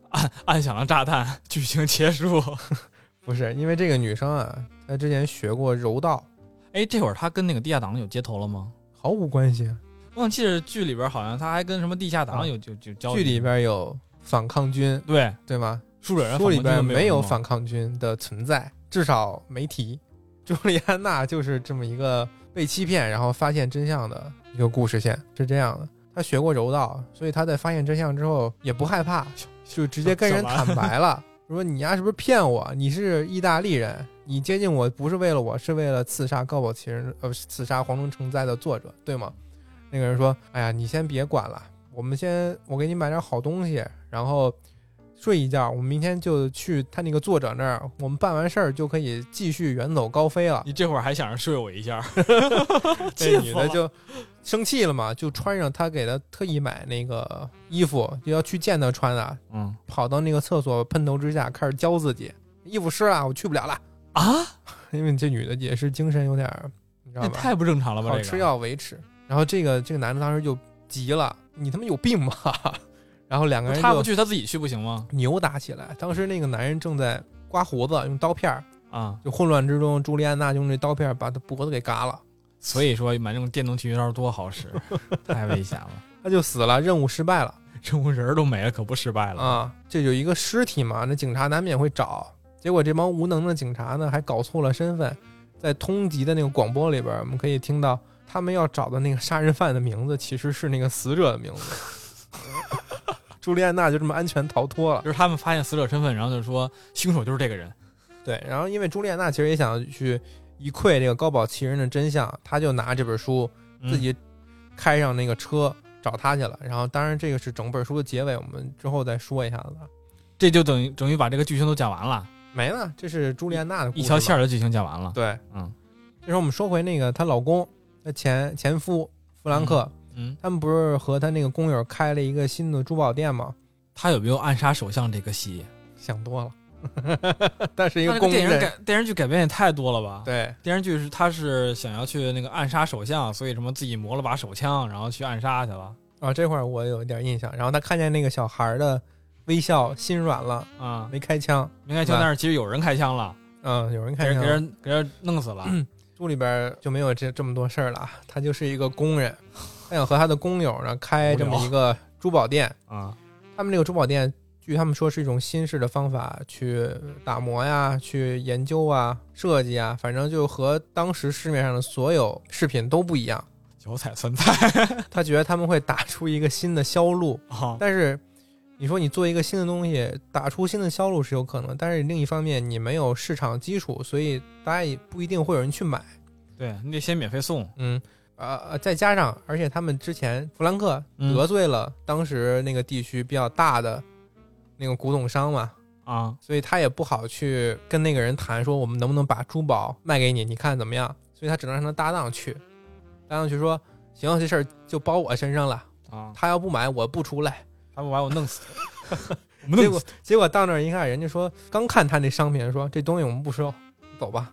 S3: 按响了炸弹，剧情结束。
S2: 不是因为这个女生啊，她之前学过柔道，
S3: 哎，这会儿他跟那个地下党有接头了吗？
S2: 毫无关系。
S3: 我想记得剧里边好像他还跟什么地下
S2: 啊
S3: 党有就就交
S2: 剧里边有反抗军，
S3: 对
S2: 对吗？
S3: 书里
S2: 书里边
S3: 没
S2: 没有
S3: 是吗
S2: 反抗军的存在，至少没提。朱莉安娜就是这么一个被欺骗，然后发现真相的一个故事线是这样的。她学过柔道，所以她在发现真相之后也不害怕，就直 接跟人坦白了， 说你丫是不是骗我？你是意大利人，你接近我不是为了我，是为了刺杀高保奇人，呃，刺杀黄忠成灾的作者，对吗？那个人说：“哎呀，你先别管了，我们先我给你买点好东西，然后睡一觉，我们明天就去他那个作者那儿，我们办完事儿就可以继续远走高飞了。
S3: 你这会儿还想着睡我一下，” 气死
S2: 这女的
S3: 了
S2: 就生气了嘛，就穿上他给她特意买那个衣服，就要去见他穿啊，
S3: 嗯
S2: 跑到那个厕所喷头之下开始教自己，衣服湿了，我去不了了。
S3: 啊，
S2: 因为这女的也是精神有点儿，你知道
S3: 这
S2: 吧？
S3: 太不正常了吧？
S2: 靠
S3: 这个
S2: 吃药维持。然后这个这个男的当时就急了：“你他妈有病吧！” 然后两个人
S3: 他不
S2: 就
S3: 去他自己去不行吗？
S2: 扭打起来。当时那个男人正在刮胡子，用刀片儿。
S3: 啊，
S2: 就混乱之中，朱莉安娜用这刀片儿把他脖子给嘎了，
S3: 所以说买这种电动剃须刀多好使， 太危险了。
S2: 他就死了，任务失败了。
S3: 任务人儿都没了，可不失败了！
S2: 啊，这有一个尸体嘛，那警察难免会找。结果这帮无能的警察呢，还搞错了身份，在通缉的那个广播里边儿，我们可以听到他们要找的那个杀人犯的名字其实是那个死者的名字。朱莉安娜就这么安全逃脱了。
S3: 就是他们发现死者身份，然后就说凶手就是这个人。
S2: 对，然后因为朱莉安娜其实也想去一窥这个高堡奇人的真相，她就拿这本书
S3: 嗯
S2: 自己开上那个车找他去了。然后，当然这个是整本书的结尾，我们之后再说一下子。
S3: 这就等于等于把这个剧情都讲完了，
S2: 没了，这是朱莉安娜的故事
S3: 一条线
S2: 嘛
S3: 儿的剧情讲完了。
S2: 对，
S3: 嗯
S2: 这时候我们说回那个她老公，她前前夫弗兰克，
S3: 嗯，
S2: 他们不是和他那个工友开了一个新的珠宝店吗？
S3: 他有没有暗杀首相这个戏？
S2: 想多了， 但是一
S3: 啊那这
S2: 个工
S3: 个电影
S2: 人
S3: 改电视剧改编也太多了吧？，
S2: 对
S3: 电视剧是他是想要去那个暗杀首相，所以什么自己磨了把手枪，然后去暗杀去了
S2: 啊，这块儿我有一点印象。然后他看见那个小孩儿的微笑，心软了，
S3: 啊。
S2: 没开枪。
S3: 没开枪，
S2: 对
S3: 但是其实有人开枪了，
S2: 嗯，有人
S3: 给
S2: 开
S3: 人
S2: 枪
S3: 给
S2: 了。
S3: 人给人弄死了。
S2: 书里边儿就没有这这么多事儿了啊，他就是一个工人，他想和他的工友呢开这么一个珠宝店。
S3: 啊，
S2: 他们这个珠宝店，据他们说是一种新式的方法去打磨呀、去研究啊、设计啊，反正就和当时市面上的所有饰品都不一样。
S3: 韭菜酸菜
S2: 他觉得他们会打出一个新的销路，
S3: 啊，
S2: 但是你说你做一个新的东西，打出新的销路是有可能，但是另一方面你没有市场基础，所以大家也不一定会有人去买。
S3: 对你得先免费送，
S2: 嗯，呃，再加上，而且他们之前弗兰克
S3: 嗯
S2: 得罪了当时那个地区比较大的那个古董商嘛，
S3: 啊，
S2: 所以他也不好去跟那个人谈说我们能不能把珠宝卖给你，你看怎么样？所以他只能让他搭档去，搭档去说行，这事儿就包我身上了，
S3: 啊，
S2: 他要不买我不出来。
S3: 他们把我弄死， 我们
S2: 结
S3: 弄
S2: 果
S3: 死，
S2: 结果到那儿一看，人家说刚看他那商品，说这东西我们不收，走吧。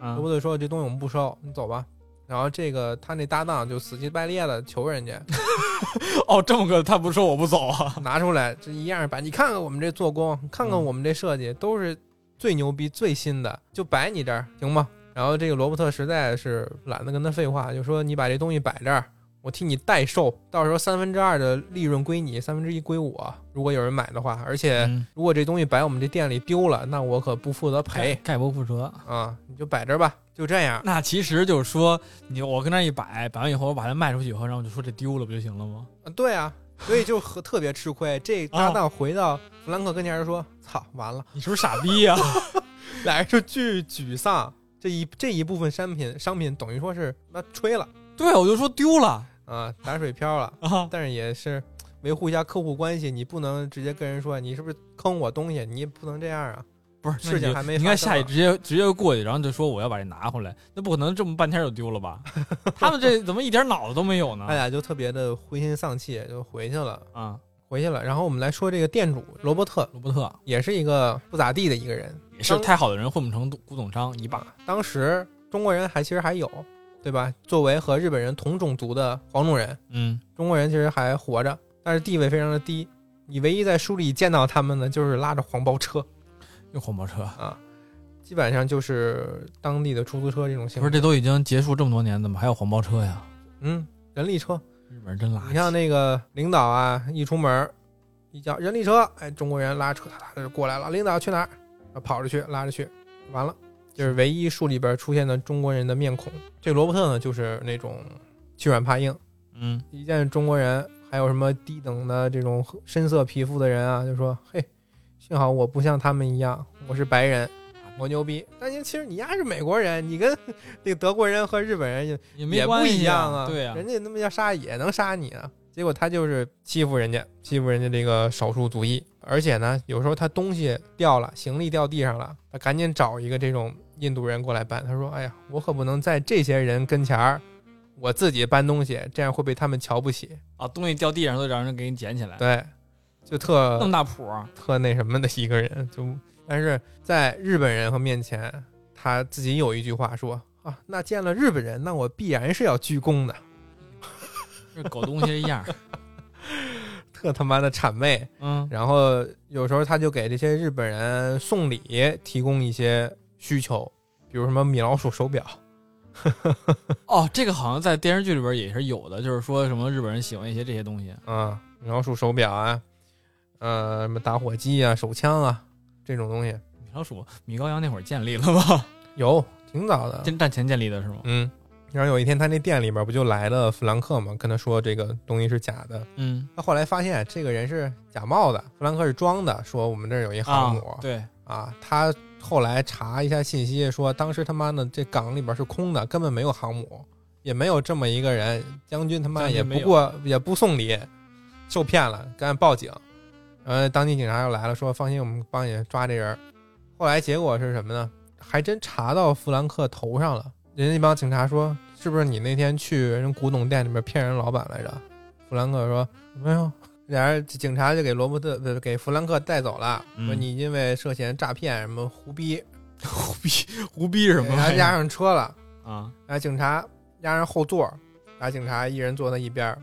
S3: 啊
S2: 罗伯特说这东西我们不收，你走吧。然后这个他那搭档就死乞白赖的求人家
S3: 哦，这么个他不说我不走啊，
S2: 拿出来这一样板，你看看我们这做工，看看我们这设计，都是最牛逼最新的，就摆你这儿行吗？然后这个罗伯特实在是懒得跟他废话，就说你把这东西摆这儿，我替你代售，到时候三分之二的利润归你，三分之一归我。如果有人买的话，而且
S3: 嗯
S2: 如果这东西摆我们这店里丢了，那我可不负责赔
S3: 概不负责。
S2: 啊！你就摆这儿吧，就这样。
S3: 那其实就是说，你我跟那儿一摆，摆完以后我把它卖出去以后，然后我就说这丢了不就行了吗？
S2: 啊，对啊，所以就和特别吃亏。这搭档回到弗兰克跟前儿说：“操，完了
S3: 你是不是傻逼呀、！”
S2: 俩人就巨沮丧。这一这一部分商品商品等于说是那吹了
S3: 对，我就说丢了
S2: 啊，打水漂了。
S3: 啊，
S2: 但是也是维护一下客户关系，你不能直接跟人说你是不是坑我东西，你也不能这样啊。
S3: 不是
S2: 事情还没
S3: 你
S2: 发生啊
S3: 看下一直接直接过去，然后就说我要把这拿回来，那不可能这么半天就丢了吧？ 他们这怎么一点脑子都没有呢
S2: 他？俩就特别的灰心丧气，就回去了，
S3: 啊，
S2: 回去了。然后我们来说这个店主罗伯特，
S3: 罗伯特
S2: 也是一个不咋地的一个人，
S3: 也是
S2: 当
S3: 太好的人混不成古董商一把
S2: 吧。当时中国人还其实还有，对吧？作为和日本人同种族的黄种人，
S3: 嗯，
S2: 中国人其实还活着，但是地位非常的低。你唯一在书里见到他们呢，就是拉着黄包车
S3: 又黄包车。
S2: 啊，基本上就是当地的出租车这种
S3: 不
S2: 形
S3: 是
S2: 式。
S3: 这都已经结束这么多年，怎么还有黄包车呀？
S2: 嗯，人力车。
S3: 日本人真垃圾。
S2: 你像那个领导啊，一出门儿一叫人力车，哎，中国人拉车哒哒哒就过来了。领导去哪儿？啊跑着去，拉着去，完了，这是唯一书里边出现的中国人的面孔。这罗伯特呢，就是那种欺软怕硬，
S3: 嗯，
S2: 一见中国人，还有什么低等的这种深色皮肤的人啊，就说：“嘿，幸好我不像他们一样，我是白人，我牛逼。”但是其实你丫是美国人，你跟 那个德国人和日本人也
S3: 也
S2: 也
S3: 没
S2: 不
S3: 关
S2: 一
S3: 系
S2: 样啊，
S3: 对呀、
S2: 人家那么要杀也能杀你啊。结果他就是欺负人家，欺负人家这个少数族裔，而且呢，有时候他东西掉了，行李掉地上了，他赶紧找一个这种印度人过来搬。他说：“哎呀，我可不能在这些人跟前儿，我自己搬东西，这样会被他们瞧不起。
S3: 啊，东西掉地上都让人给你捡起”来，
S2: 对，就
S3: 那
S2: 特
S3: 么大谱啊，
S2: 特那什么的一个人，就但是在日本人和面前，他自己有一句话说：“啊，那见了日本人，那我必然是要鞠躬的。”
S3: 这狗东西这样。
S2: 特他妈的谄媚。
S3: 嗯
S2: 然后有时候他就给这些日本人送礼提供一些需求，比如什么米老鼠手表，，
S3: 哦，这个好像在电视剧里边也是有的，就是说什么日本人喜欢一些这些东西。
S2: 啊，米老鼠手表啊，呃，什么打火机啊、手枪啊这种东西
S3: 米老鼠、米高扬那会儿建立了吧？
S2: 有，挺早的。
S3: 建战前建立的是吗？
S2: 嗯，然后有一天他那店里边不就来了弗兰克嘛，跟他说这个东西是假的。
S3: 嗯，
S2: 他后来发现这个人是假冒的，弗兰克是装的，说我们这儿有一航母
S3: 啊，对，
S2: 啊他后来查一下信息，说当时他妈的这港里边是空的，根本没有航母，也没有这么一个人，将军他妈
S3: 将军
S2: 也
S3: 没
S2: 不
S3: 有
S2: 过也不送礼，受骗了，赶紧报警。呃，当地警察又来了，说放心，我们帮你抓这人儿。后来结果是什么呢？还真查到弗兰克头上了。人家那帮警察说：“是不是你那天去人古董店里面骗人老板来着？”弗兰克说：“没有。”俩人警察就给罗伯特不是给弗兰克带走了，
S3: 嗯
S2: 说你因为涉嫌诈骗什么胡逼，
S3: 胡逼胡逼什么
S2: 然后
S3: 玩意
S2: 押
S3: 儿
S2: 哎上车了，
S3: 啊？
S2: 然后警察押上后座，俩警察一人坐在一边儿，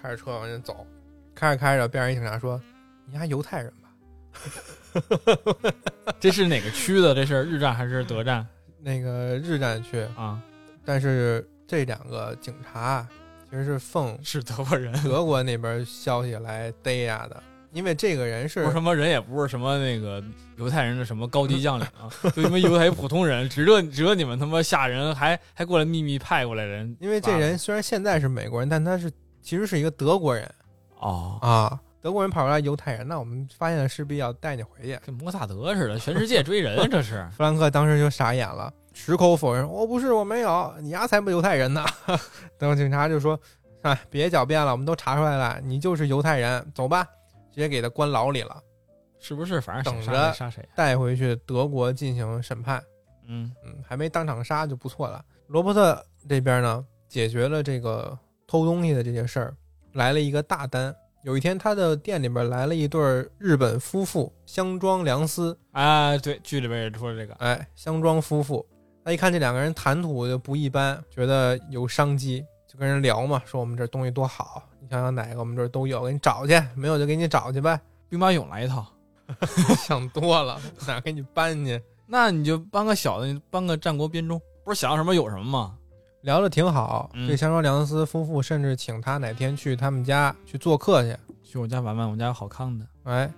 S2: 开着车往前走，开着开着，边上一警察说：“你还犹太人吧
S3: 这是哪个区的？这是日战还是德战？”
S2: 那个日战区，
S3: 啊？
S2: 但是这两个警察其实是奉
S3: 是德国人，
S2: 德国那边消息来逮呀的，因为这个人是
S3: 说什么人也不是什么那个犹太人的什么高级将领啊，就他妈犹太普通人，值得值得你们他妈吓人，还还过来秘密派过来人
S2: 因为这人虽然现在是美国人，但他是其实是一个德国人
S3: 哦，
S2: 啊，德国人跑出来犹太人，那我们发现了势必要带你回去。
S3: 跟摩萨德似的，全世界追人啊这 是
S2: 弗兰克当时就傻眼了，矢口否认：“我、哦不是，我没有，你丫才不犹太人呢！” 然后警察就说：“哎，别狡辩了，我们都查出来了，你就是犹太人，走吧，直接给他关牢里了，
S3: 是不是？反正
S2: 等
S3: 想
S2: 着
S3: 杀谁杀谁，啊
S2: 带回去德国进行审判。”
S3: 嗯
S2: 嗯，还没当场杀就不错了。罗伯特这边呢，解决了这个偷东西的这些事儿，来了一个大单。有一天，他的店里边来了一对儿日本夫妇，香庄良司，
S3: 啊，对，剧里边也说这个，
S2: 哎，香庄夫妇。他一看这两个人谈吐就不一般，觉得有商机，就跟人聊嘛，说我们这东西多好，你想想哪个我们这儿都有，给你找去，没有就给你找去呗。
S3: 兵马俑来一套，
S2: 想多了，哪给你搬去？
S3: 那你就搬个小的，你搬个战国编钟，不是想要什么有什么吗？
S2: 聊得挺好。
S3: 嗯
S2: 这香川良司夫妇甚至请他哪天去他们家去做客去，
S3: 去我家玩玩，我家有好看的。
S2: 哎，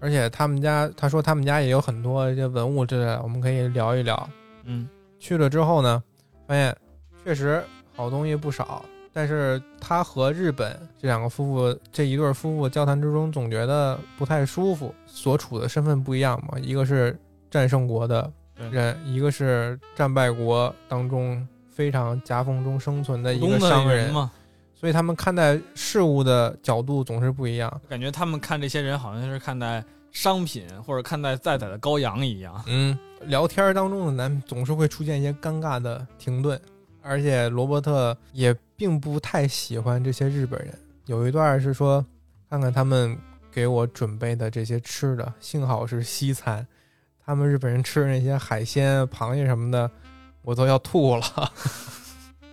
S2: 而且他们家他说他们家也有很多这些文物之类的，我们可以聊一聊。
S3: 嗯，
S2: 去了之后呢，发现确实好东西不少，但是他和日本这两个夫妇这一对儿夫妇交谈之中，总觉得不太舒服，所处的身份不一样嘛，一个是战胜国的人，一个是战败国当中非常夹缝中生存的一
S3: 普
S2: 个
S3: 通的
S2: 商
S3: 人嘛，
S2: 所以他们看待事物的角度总是不一样。
S3: 感觉他们看这些人好像是看待商品或者看待在宰的羔羊一样。
S2: 嗯，聊天儿当中的难总是会出现一些尴尬的停顿，而且罗伯特也并不太喜欢这些日本人。有一段是说，看看他们给我准备的这些吃的，幸好是西餐，他们日本人吃的那些海鲜、螃蟹什么的，我都要吐了。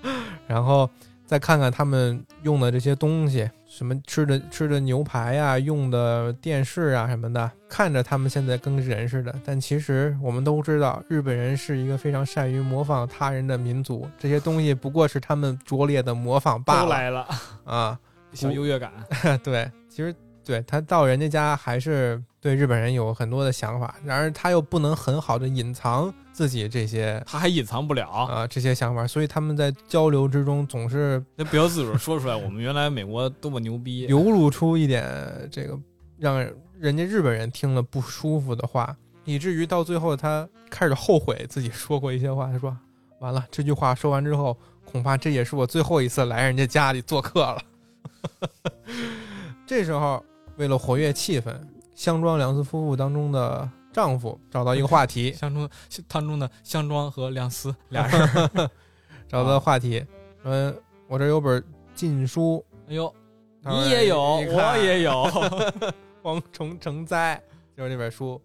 S2: 然后再看看他们用的这些东西，什么吃的吃的牛排呀、用的电视啊什么的，看着他们现在跟人似的，但其实我们都知道，日本人是一个非常善于模仿他人的民族，这些东西不过是他们拙劣的模仿罢
S3: 都
S2: 了
S3: 来了，
S2: 啊。
S3: 小优越 感。
S2: 对，其实对他到人家家还是对日本人有很多的想法，然而他又不能很好的隐藏自己这些
S3: 他还隐藏不了，
S2: 啊、这些想法，所以他们在交流之中总是
S3: 那不由自主说出来，我们原来美国多么牛逼，
S2: 流露出一点这个让人家日本人听了不舒服的话，以至于到最后他开始后悔自己说过一些话。他说：“完了，这句话说完之后，恐怕这也是我最后一次来人家家里做客了。” 这时候，为了活跃气氛，香庄良司夫妇当中的丈夫找到一个话题，
S3: 相中当中的香庄和亮司 俩 人。
S2: 找到话题，嗯，我这有本禁书，
S3: 哎呦，
S2: 他说
S3: 你也有，
S2: 你看
S3: 我也 有，
S2: 蝗虫成灾，就是这本书。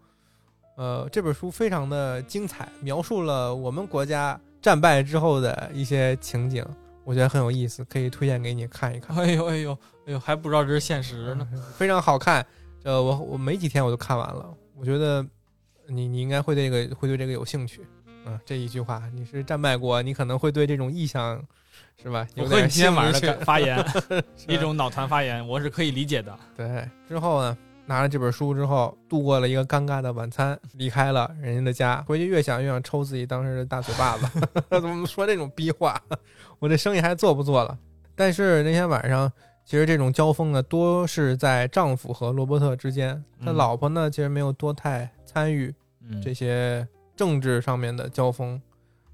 S2: 呃，这本书非常的精彩，描述了我们国家战败之后的一些情景，我觉得很有意思，可以推荐给你看一看，
S3: 哎呦哎呦哎呦，还不知道这是现实呢。
S2: 非常好看。呃，我我没几天我就看完了，我觉得你你应该会对这个会对这个有兴趣。嗯，这一句话，你是战败国，你可能会对这种意象，是吧？
S3: 我
S2: 有
S3: 和
S2: 点
S3: 你今天晚上
S2: 兴
S3: 的
S2: 趣
S3: 感发言，
S2: 是吧
S3: 一种脑残发言，我是可以理解的。啊
S2: 对，之后呢，拿了这本书之后，度过了一个尴尬的晚餐，离开了人家的家，回去越想越想抽自己当时的大嘴巴子， 怎么说这种逼话？ 我这生意还做不做了？但是那天晚上，其实这种交锋呢，多是在丈夫和罗伯特之间，他
S3: 嗯
S2: 老婆呢，其实没有多太参与，
S3: 嗯，
S2: 这些政治上面的交锋，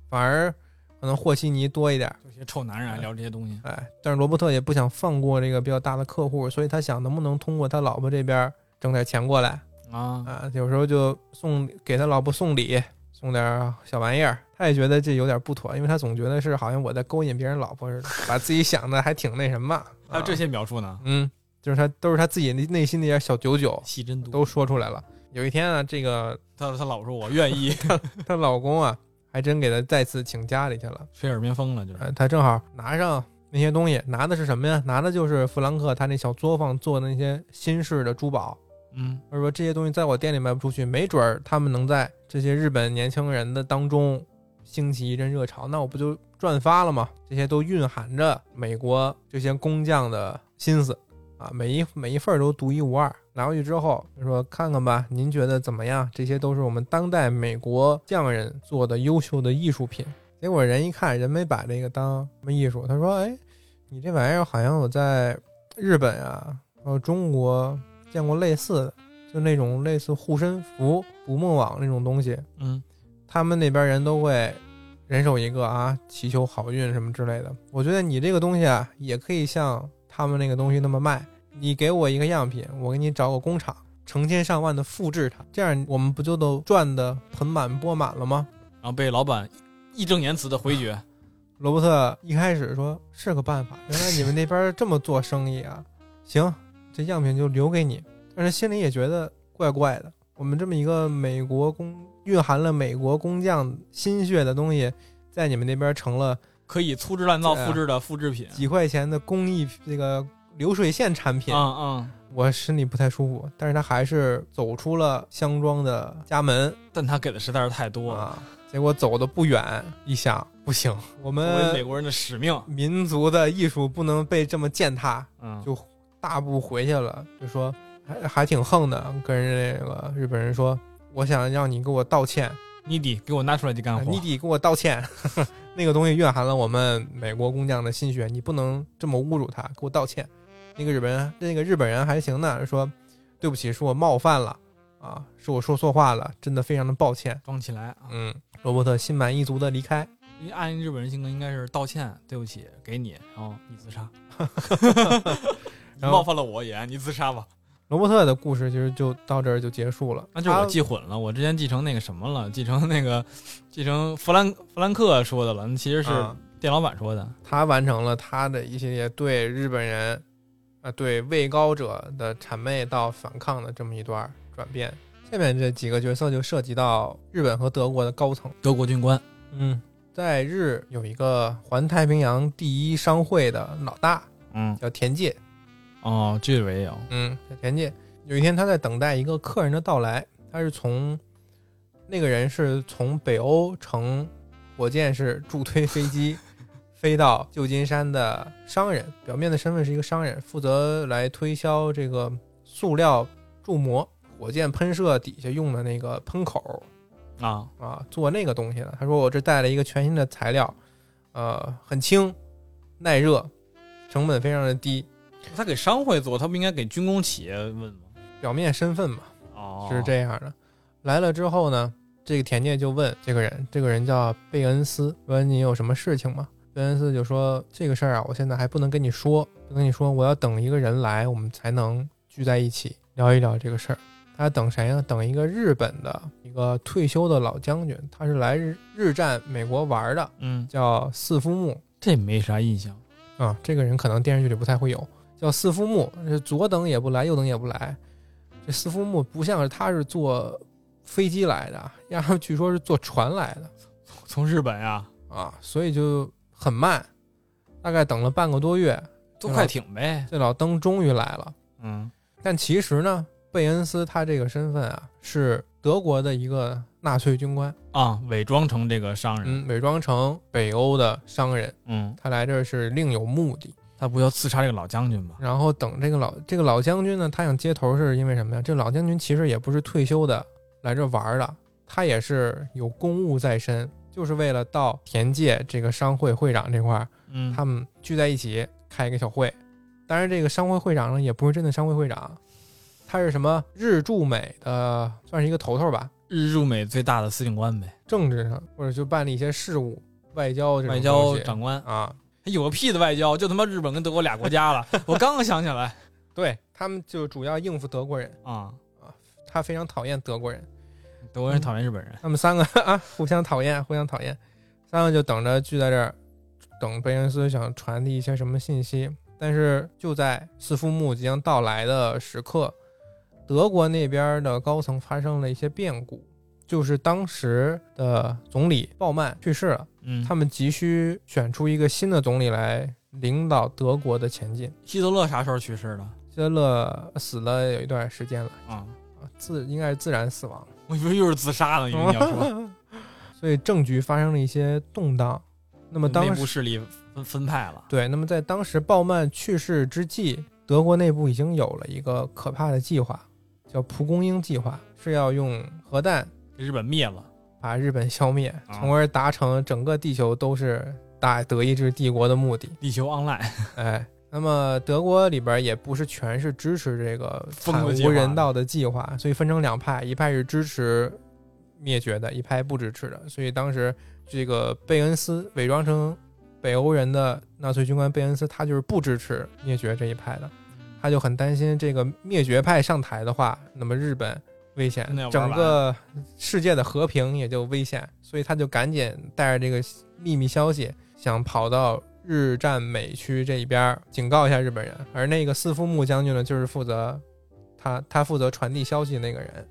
S2: 反而可能和稀泥多一点。
S3: 这些臭男人爱啊聊这些东西，
S2: 哎，但是罗伯特也不想放过这个比较大的客户，所以他想能不能通过他老婆这边挣点钱过来
S3: 啊，
S2: 啊？有时候就送给他老婆送礼，送点小玩意儿。他也觉得这有点不妥，因为他总觉得是好像我在勾引别人老婆似的，把自己想的还挺那什么。
S3: 还有
S2: 啊
S3: 这，些描述呢，
S2: 嗯，就是他都是他自己内内心那点小九九
S3: 戏真多。
S2: 都说出来了。有一天啊，这个
S3: 他他老说我愿意，
S2: 她老公啊，还真给她再次请家里去了。
S3: 吹耳边风了，就是
S2: 呃，他正好拿上那些东西，拿的是什么呀？拿的就是弗兰克他那小作坊做的那些新式的珠宝。
S3: 嗯
S2: 他说这些东西在我店里卖不出去，没准儿他们能在这些日本年轻人的当中兴起一阵热潮，那我不就赚发了吗？这些都蕴含着美国这些工匠的心思啊，每一每一份儿都独一无二。拿回去之后，他说看看吧，您觉得怎么样？这些都是我们当代美国匠人做的优秀的艺术品。结果人一看，人没把这个当什么艺术，他说：“哎，你这玩意儿好像我在日本啊，还有中国见过类似的，就那种类似护身符、捕梦网那种东西，
S3: 嗯，
S2: 他们那边人都会人手一个啊，祈求好运什么之类的。我觉得你这个东西啊，也可以像他们那个东西那么卖。你给我一个样品，我给你找个工厂，成千上万的复制它，这样我们不就都赚得盆满钵满了吗？
S3: 然后被老板义正言辞的回绝，
S2: 罗伯特一开始说是个办法，原来你们那边这么做生意啊，行，这样品就留给你。但是心里也觉得怪怪的，我们这么一个美国工蕴含了美国工匠心血的东西，在你们那边成了
S3: 可以粗制滥造
S2: 对啊
S3: 复制的复制品，
S2: 几块钱的工艺这个流水线产品，
S3: 嗯嗯，
S2: 我心里不太舒服。但是他还是走出了香庄的家门
S3: 但他给的实在是太多了，
S2: 啊，结果走的不远，一想不行，我
S3: 作为美
S2: 们
S3: 国人的使命，
S2: 民族的艺术不能被这么践踏。
S3: 嗯，
S2: 就大步回去了，就说还还挺横的，跟人家那个日本人说，我想让你给我道歉，啊
S3: 你得给我拿出来就干活，
S2: 你得给我道歉， 那个东西蕴含了我们美国工匠的心血，你不能这么侮辱他，给我道歉。那个日本人，那个日本人还行呢，说对不起，是我冒犯了啊，是我说错话了，真的非常的抱歉。
S3: 装起来啊！
S2: 嗯，罗伯特心满意足的离开。
S3: 因为按日本人性格，应该是道歉，对不起，给你，然后你自 杀，你
S2: 然后
S3: 冒犯了我也，你自杀吧。
S2: 罗伯特的故事其实就到这儿就结束了。
S3: 那就是我
S2: 他
S3: 记混了，我之前继承那个什么了，继承那个，继承弗兰弗兰克说的了，那其实是
S2: 啊
S3: 店老板说的。
S2: 他完成了他的一系列对日本人啊、对位高者的谄媚到反抗的这么一段转变。下面这几个角色就涉及到日本和德国的高层。
S3: 德国军官，
S2: 嗯，在日有一个环太平洋第一商会的老大
S3: 嗯，
S2: 叫田介。
S3: 哦，这里边也有，
S2: 嗯，叫田介。有一天他在等待一个客人的到来，他是从那个人是从北欧乘火箭式助推飞机飞到旧金山的商人，表面的身份是一个商人，负责来推销这个塑料铸模、火箭喷射底下用的那个喷口
S3: 啊，
S2: 啊，做那个东西的。他说我这带了一个全新的材料，呃，很轻，耐热，成本非常的低，
S3: 他给商会做，他不应该给军工企业问吗？
S2: 表面身份嘛。
S3: 哦，
S2: 是这样的。来了之后呢，这个田界就问这个人，这个人叫贝恩斯，问你有什么事情吗？贝恩斯就说这个事儿啊，我现在还不能跟你说，不跟你说，我要等一个人来，我们才能聚在一起聊一聊这个事儿。他等谁呢？等一个日本的一个退休的老将军，他是来日日战美国玩儿的，
S3: 嗯，
S2: 叫四夫木。
S3: 这没啥印象。
S2: 啊，这个人可能电视剧里不太会有，叫四夫木，这左等也不来，右等也不来。这四夫木不像是他是坐飞机来的，然后据说是坐船来的
S3: 从日本呀，
S2: 啊，所以就很慢，大概等了半个多月，
S3: 坐快艇呗。
S2: 这老登终于来了。
S3: 嗯，
S2: 但其实呢，贝恩斯他这个身份啊，是德国的一个纳粹军官，嗯
S3: 啊，伪装成这个商人。
S2: 嗯，伪装成北欧的商人，
S3: 嗯，
S2: 他来这儿是另有目的。
S3: 他不要刺杀这个老将军吗？
S2: 然后等这个老这个老将军呢，他想接头是因为什么呀？这老将军其实也不是退休的来这玩儿的，他也是有公务在身，就是为了到田界这个商会会长这块儿，
S3: 嗯，
S2: 他们聚在一起开一个小会。当然，这个商会会长呢，也不是真的商会会长，他是什么日驻美的，算是一个头头吧，
S3: 日驻美最大的司令官呗，
S2: 政治上或者就办理一些事务、外交这种
S3: 外交
S2: 东西
S3: 长官，
S2: 啊，
S3: 有个屁的外交，就他妈日本跟德国俩国家 了。我刚刚想起来
S2: 对他们就主要应付德国人，
S3: 啊、
S2: 他非常讨厌德国人。
S3: 德国人讨厌日本人，
S2: 他们三个 啊，互相讨厌，互相讨厌，三个就等着聚在这儿，等贝恩斯想传递一些什么信息。但是就在四夫木即将到来的时刻，德国那边的高层发生了一些变故，就是当时的总理鲍曼去世了，
S3: 嗯，
S2: 他们急需选出一个新的总理来领导德国的前进。
S3: 希特勒啥时候去世的？
S2: 希特勒死了有一段时间了，
S3: 啊、
S2: 啊自应该是自然死亡。
S3: 我以为又是自杀 呢，因为你要说
S2: 所以政局发生了一些动荡。那么当
S3: 内
S2: 时
S3: 部势力分分派了，
S2: 对，那么在当时鲍曼去世之际，德国内部已经有了一个可怕的计划，叫蒲公英计划，是要用核弹
S3: 给日本灭了。
S2: 把日本消灭，
S3: 啊
S2: 从而达成整个地球都是大德意志帝国的目的。
S3: 地球 online，
S2: 哎，那么德国里边也不是全是支持这个
S3: 疯
S2: 惨
S3: 子计划
S2: 无人道的计划，所以分成两派，一派是支持灭绝的，一派不支持的。所以当时这个贝恩斯伪装成北欧人的纳粹军官贝恩斯，他就是不支持灭绝这一派的，他就很担心这个灭绝派上台的话，那么日本。危险
S3: 真的要，玩
S2: 整
S3: 完
S2: 个世界的和平也就危险，所以他就赶紧带着这个秘密消息，想跑到日占美区这一边儿警告一下日本人。而那个四夫木将军呢，就是负责他他负责传递消息的那个人，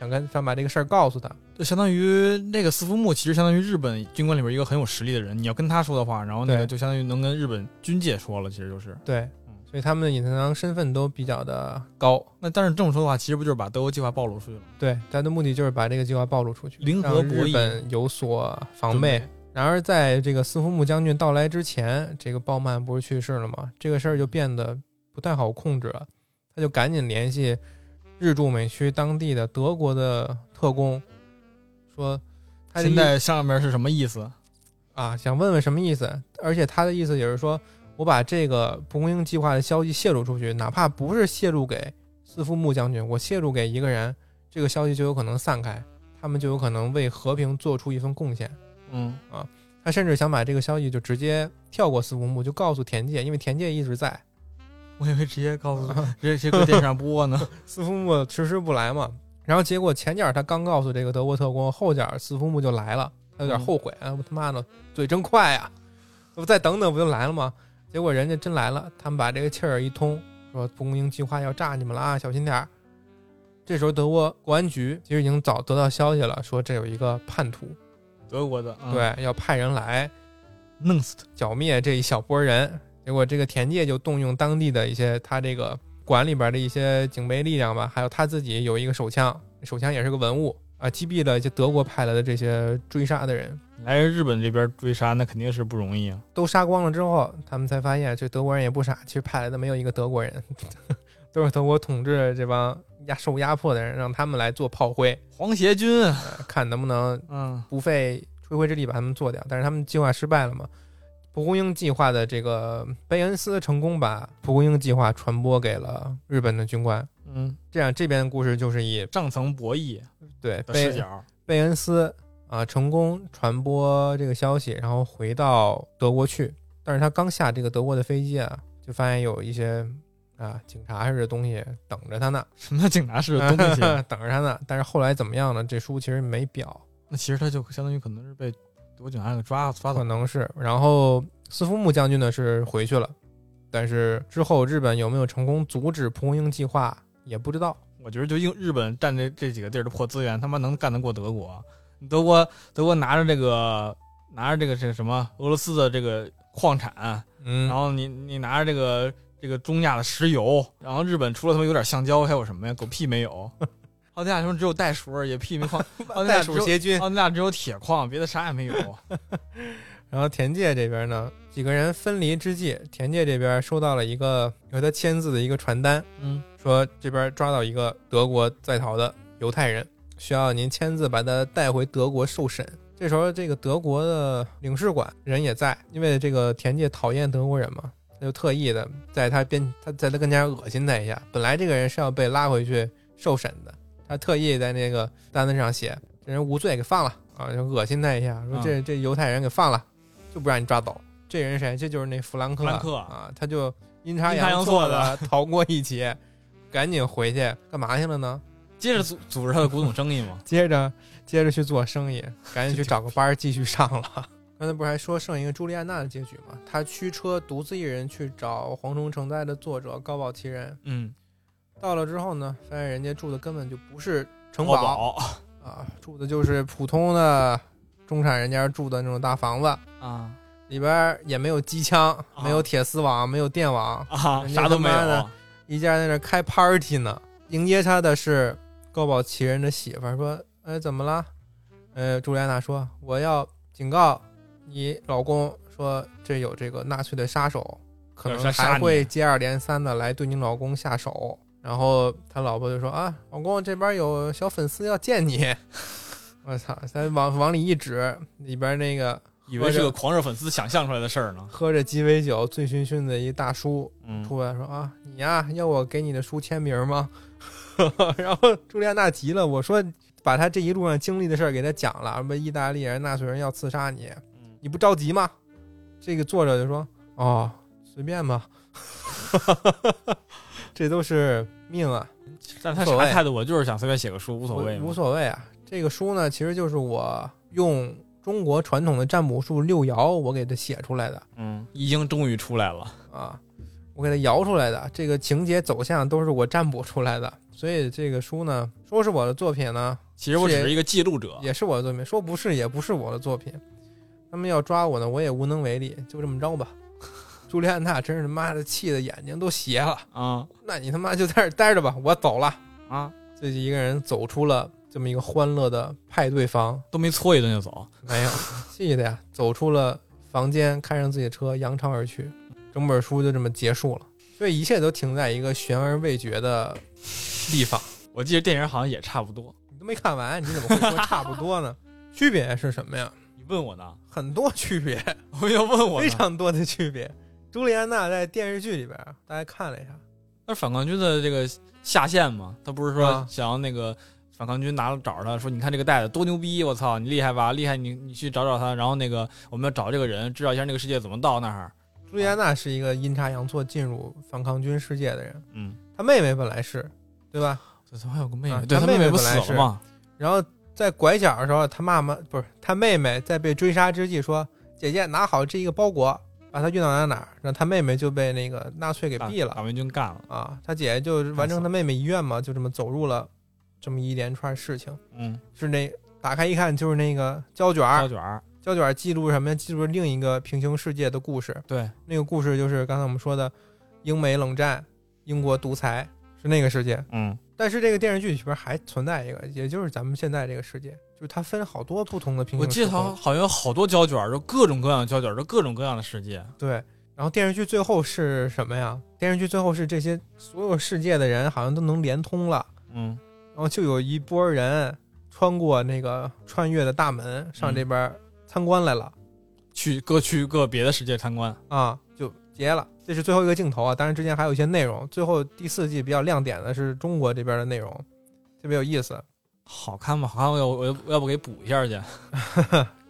S2: 想跟想把这个事儿告诉他。
S3: 就相当于那个四夫木，其实相当于日本军官里边一个很有实力的人。你要跟他说的话，然后那个
S2: 对
S3: 就相当于能跟日本军界说了，其实就是。
S2: 对
S3: 嗯，
S2: 所以他们的隐藏身份都比较的高。
S3: 那但是这么说的话，其实不就是把德国计划暴露出去了吗？
S2: 对，他的目的就是把这个计划暴露出去，
S3: 零和
S2: 让
S3: 博弈
S2: 日本有所防备。然而，在这个四夫木将军到来之前，这个鲍曼不是去世了吗？这个事儿就变得不太好控制了。他就赶紧联系日驻美区当地的德国的特工，说他的意
S3: 现在上面是什么意思？
S2: 啊想问问什么意思。而且他的意思也是说，我把这个蒲公英计划的消息泄露出去，哪怕不是泄露给四夫木将军，我泄露给一个人，这个消息就有可能散开，他们就有可能为和平做出一份贡献。
S3: 嗯，
S2: 他甚至想把这个消息就直接跳过四五木，就告诉田界，因为田界一直在，
S3: 我以为直接告诉他， 直接直接搁电视上播呢。
S2: 四夫木迟迟不来嘛。然后结果前脚他刚告诉这个德国特工，后脚四夫木就来了，他有点后悔，啊，我他妈的嘴真快呀、我再等等不就来了吗？结果人家真来了，他们把这个气儿一通，说蒲公英计划要炸你们了啊，小心点儿。这时候德国国安局其实已经早得到消息了，说这有一个叛徒，
S3: 德国的，嗯，
S2: 对，要派人来
S3: 弄死他。
S2: 剿灭这一小波人。结果这个田界就动用当地的一些他这个馆里边的一些警备力量吧，还有他自己有一个手枪，手枪也是个文物啊，击毙了一些德国派来的这些追杀的人。
S3: 来日本这边追杀，那肯定是不容易啊。
S2: 都杀光了之后，他们才发现这德国人也不傻，其实派来的没有一个德国人， 都是德国统治这帮压受压迫的人，让他们来做炮灰，
S3: 皇协军，
S2: 呃看能不能
S3: 嗯，
S2: 不费吹灰之力把他们做掉，但是他们计划失败了嘛。蒲公英计划的这个贝恩斯成功把蒲公英计划传播给了日本的军官，
S3: 嗯，
S2: 这样这边的故事就是以
S3: 上层博弈
S2: 对
S3: 的视
S2: 贝
S3: 角，
S2: 贝恩斯啊、成功传播这个消息，然后回到德国去，但是他刚下这个德国的飞机啊，就发现有一些啊警察似的东西等着他呢，
S3: 什么警察是东西，
S2: 等着他呢。但是后来怎么样呢？这书其实没表，
S3: 那其实他就相当于可能是被德国警察给抓抓走
S2: 可
S3: 了。
S2: 能是。然后斯夫木将军呢是回去了，但是之后日本有没有成功阻止蒲公英计划也不知道。
S3: 我觉得就用日本占这这几个地儿的破资源，他妈能干得过德国？德国德国拿着这个拿着这个这个什么俄罗斯的这个矿产，
S2: 嗯
S3: 然，后你你拿着这个这个中亚的石油，然后日本除了他妈有点橡胶，还有什么呀？狗屁没 有。澳大利亚他们只有袋鼠，也屁没矿。澳大利亚只有
S2: 军
S3: 澳大利亚只有铁矿，别的啥也没有。
S2: 然后田界这边呢，几个人分离之际，田界这边收到了一个由他签字的一个传单，
S3: 嗯，
S2: 说这边抓到一个德国在逃的犹太人，需要您签字把他带回德国受审。这时候，这个德国的领事馆人也在，因为这个田界讨厌德国人嘛，他就特意的在他边他在他跟前恶心他一下。本来这个人是要被拉回去受审的，他特意在那个单子上写这人无罪，给放了啊，就恶心他一下，
S3: 啊
S2: 说这这犹太人给放了，就不让你抓走。这人谁？这就是那弗兰克
S3: 弗兰克
S2: 啊，他就阴差
S3: 阴差
S2: 阳
S3: 阳
S2: 错
S3: 错的
S2: 地逃过一劫。赶紧回去干嘛去了呢？，
S3: 接着组组织他的古董生意嘛
S2: 接着接着去做生意，赶紧去找个班儿继续上了。 刚才不是还说剩一个朱莉安娜的结局吗？她驱车独自一人去找《蝗虫成灾》的作者高保奇人，
S3: 嗯，
S2: 到了之后呢，发现人家住的根本就不是城
S3: 淘
S2: 堡
S3: 宝
S2: 啊，住的就是普通的中产人家住的那种大房子，
S3: 啊
S2: 里边儿也没有机枪，没有铁丝网，没有电网，
S3: 啊，
S2: 人家
S3: 啥都
S2: 他
S3: 没
S2: 妈
S3: 有
S2: 的，一家在那儿开 party 呢。迎接他的是高保奇人的媳妇儿，说：“哎，怎么了？”呃，朱莉安娜说：“我要警告你老公，说这有这个纳粹的杀手，可
S3: 要杀
S2: 能
S3: 杀
S2: 还
S3: 你
S2: 会接二连三的来对你老公下手。”然后他老婆就说：“啊，老公这边有小粉丝要见你。” 我操！他往往里一指，里边那个
S3: 以为是个狂热粉丝想象出来的事儿呢，
S2: 喝着鸡尾酒、醉醺醺的一大叔，
S3: 嗯，
S2: 出来说啊，你呀、要我给你的书签名吗？ 然后朱莉安娜急了，我说把他这一路上经历的事儿给他讲了，什么意大利人、纳粹人要刺杀你，
S3: 嗯
S2: 你不着急吗？这个作者就说哦，随便吧， 这都是命啊，
S3: 但他
S2: 无所
S3: 啥
S2: 谓
S3: 态度，我就是想随便写个书，无所谓
S2: 无
S3: 嘛，
S2: 无所谓啊。这个书呢，其实就是我用中国传统的占卜术六爻，我给它写出来的。
S3: 嗯，易经终于出来了，
S2: 啊，我给它摇出来的，这个情节走向都是我占卜出来的，所以这个书呢，说是我的作品呢，
S3: 其实我只
S2: 是
S3: 是一个记录者，
S2: 也是我的作品；说不是，也不是我的作品。他们要抓我呢，我也无能为力，就这么着吧。朱莉安娜真是他妈的气的眼睛都斜了，
S3: 啊
S2: 那你他妈就在这儿待着吧，我走了，
S3: 啊，
S2: 自己一个人走出了这么一个欢乐的派对房，
S3: 都没搓一顿就走，
S2: 没有，气的呀，走出了房间，开上自己的车，扬长而去。整本书就这么结束了，所以一切都停在一个悬而未决的地方。
S3: 我记得电影好像也差不多，
S2: 你都没看完，你怎么会说差不多呢？区别是什么呀？
S3: 你问我呢，
S2: 很多区别，
S3: 我要问我
S2: 非
S3: 呢，
S2: 常多的区别。朱莉安娜在电视剧里边，大家看了一下，
S3: 那反抗军的这个下线嘛，他不是说
S2: 啊
S3: 想要那个反抗军拿了找着他说，你看这个袋子多牛逼，我操，你厉害吧？厉害你，你去找找他，然后那个我们要找这个人，知道一下那个世界怎么到那儿。
S2: 朱莉安娜是一个阴差阳错进入反抗军世界的人，
S3: 嗯，
S2: 她妹妹本来是，对吧？
S3: 这他还有个妹妹，
S2: 啊
S3: 对
S2: 他
S3: 妹
S2: 妹妹
S3: 不
S2: 本
S3: 死
S2: 来
S3: 了吗？
S2: 然后在拐角的时候，他妈妈不是他妹妹在被追杀之际说：“姐姐拿好这一个包裹，把它运到哪儿哪儿。”然后他妹妹就被那个纳粹给
S3: 打
S2: 毙了
S3: 打完军干了。
S2: 啊！他姐姐就完成他妹妹遗愿嘛，就这么走入了这么一连串事情。
S3: 嗯，
S2: 是那打开一看就是那个胶卷
S3: 胶
S2: 儿，
S3: 卷儿，
S2: 胶卷儿记录什么呀？记录另一个平行世界的故事。
S3: 对，
S2: 那个故事就是刚才我们说的英美冷战、英国独裁是那个世界。
S3: 嗯，
S2: 但是这个电视剧里边还存在一个，也就是咱们现在这个世界，就是它分好多不同的平行
S3: 我记
S2: 时
S3: 得好
S2: 空。
S3: 好像有好多胶卷儿，就各种各样的胶卷儿，就各种各样的世界。
S2: 对，然后电视剧最后是什么呀？电视剧最后是这些所有世界的人好像都能连通了，
S3: 嗯，
S2: 然后就有一波人穿过那个穿越的大门上这边
S3: 嗯
S2: 参观来了、
S3: 去各去各别的世界参观。
S2: 啊，就结了。这是最后一个镜头啊，当然之前还有一些内容。最后第四季比较亮点的是中国这边的内容，特别有意思。
S3: 好看吗？好看，我要我要我要不给补一下去？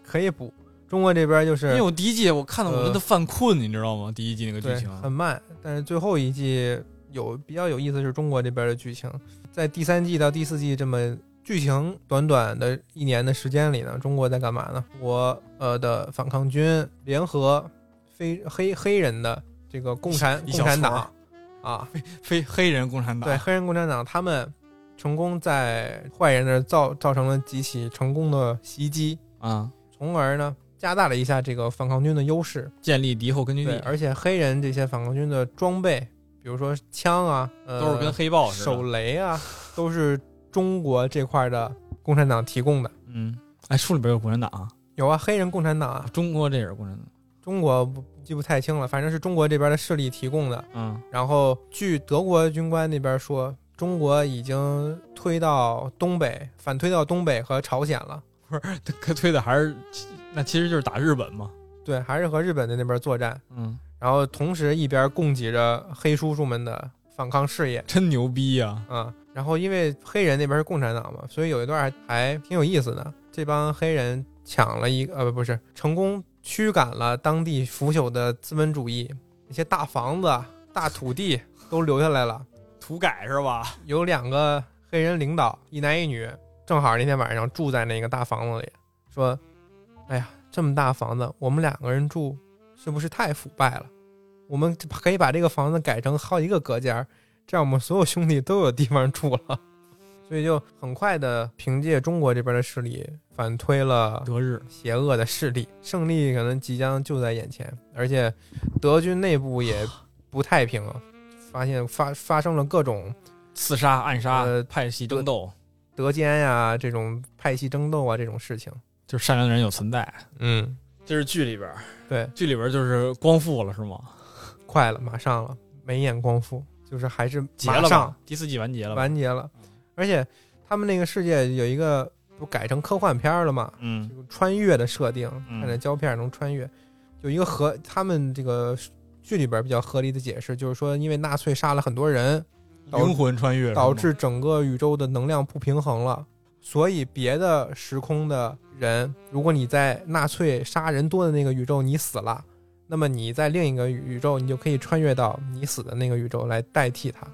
S2: 可以补。中国这边就是
S3: 因为我第一季我看的我真
S2: 呃
S3: 的犯困，你知道吗？第一季那个
S2: 对
S3: 剧情，啊
S2: 很慢，但是最后一季有比较有意思是中国这边的剧情，在第三季到第四季这么剧情短短的一年的时间里呢，中国在干嘛呢？我呃的反抗军联合非黑黑人的这个共产
S3: 一
S2: 共
S3: 小
S2: 产
S3: 撮
S2: 党
S3: 儿
S2: 啊，
S3: 非黑人共产党，
S2: 对，黑人共产党，他们成功在坏人那儿造造成了几起成功的袭击，
S3: 啊，
S2: 从而呢加大了一下这个反抗军的优势。
S3: 建立敌后根据
S2: 对，
S3: 地，
S2: 而且黑人这些反抗军的装备，比如说枪啊，呃、
S3: 都是跟黑豹似
S2: 手
S3: 的。
S2: 雷啊，都是中国这块的共产党提供的。
S3: 嗯，哎，书里边有共产党啊，
S2: 有啊，黑人共产党啊，
S3: 中国这也是共产党，
S2: 中国不记不太清了，反正是中国这边的势力提供的。
S3: 嗯
S2: 然后据德国军官那边说，中国已经推到东北，反推到东北和朝鲜了。，
S3: 可推的还是那其实就是打日本嘛，
S2: 对，还是和日本的那边作战，
S3: 嗯，
S2: 然后同时一边供给着黑叔叔们的反抗事业。
S3: 真牛逼呀、
S2: 啊、然后因为黑人那边是共产党嘛，所以有一段还还挺有意思的。这帮黑人抢了一个呃，不是成功驱赶了当地腐朽的资本主义，那些大房子、啊大土地都留下来了。
S3: 土改是 吧？
S2: 有两个黑人领导，一男一女，正好那天晚上住在那个大房子里，说：“哎呀，这么大房子，我们两个人住是不是太腐败了？我们可以把这个房子改成好几个隔间儿，这样我们所有兄弟都有地方住了。”所以就很快的凭借中国这边的势力反推了
S3: 德日，
S2: 邪恶的势力，胜利可能即将就在眼前，而且德军内部也不太平啊，发现发发生了各种
S3: 刺杀、暗杀、
S2: 呃
S3: 派系争斗，
S2: 德奸呀、这种派系争斗啊这种事情。
S3: 就是善良的人有存在。
S2: 嗯，
S3: 这是剧里边儿，
S2: 对，
S3: 剧里边儿就是光复了是吗？
S2: 快了，马上了，没眼光复，就是还是
S3: 结
S2: 马
S3: 了
S2: 上
S3: 吧？第四季完结了吧？
S2: 完结了。而且他们那个世界有一个不改成科幻片了嘛，
S3: 嗯
S2: 有穿越的设定，
S3: 嗯
S2: 看着胶片能穿越，有一个合他们这个剧里边比较合理的解释，就是说因为纳粹杀了很多人，导
S3: 灵嗯魂穿越是吗
S2: 导致整个宇宙的能量不平衡了。所以，别的时空的人，如果你在纳粹杀人多的那个宇宙你死了，那么你在另一个宇宙，你就可以穿越到你死的那个宇宙来代替他。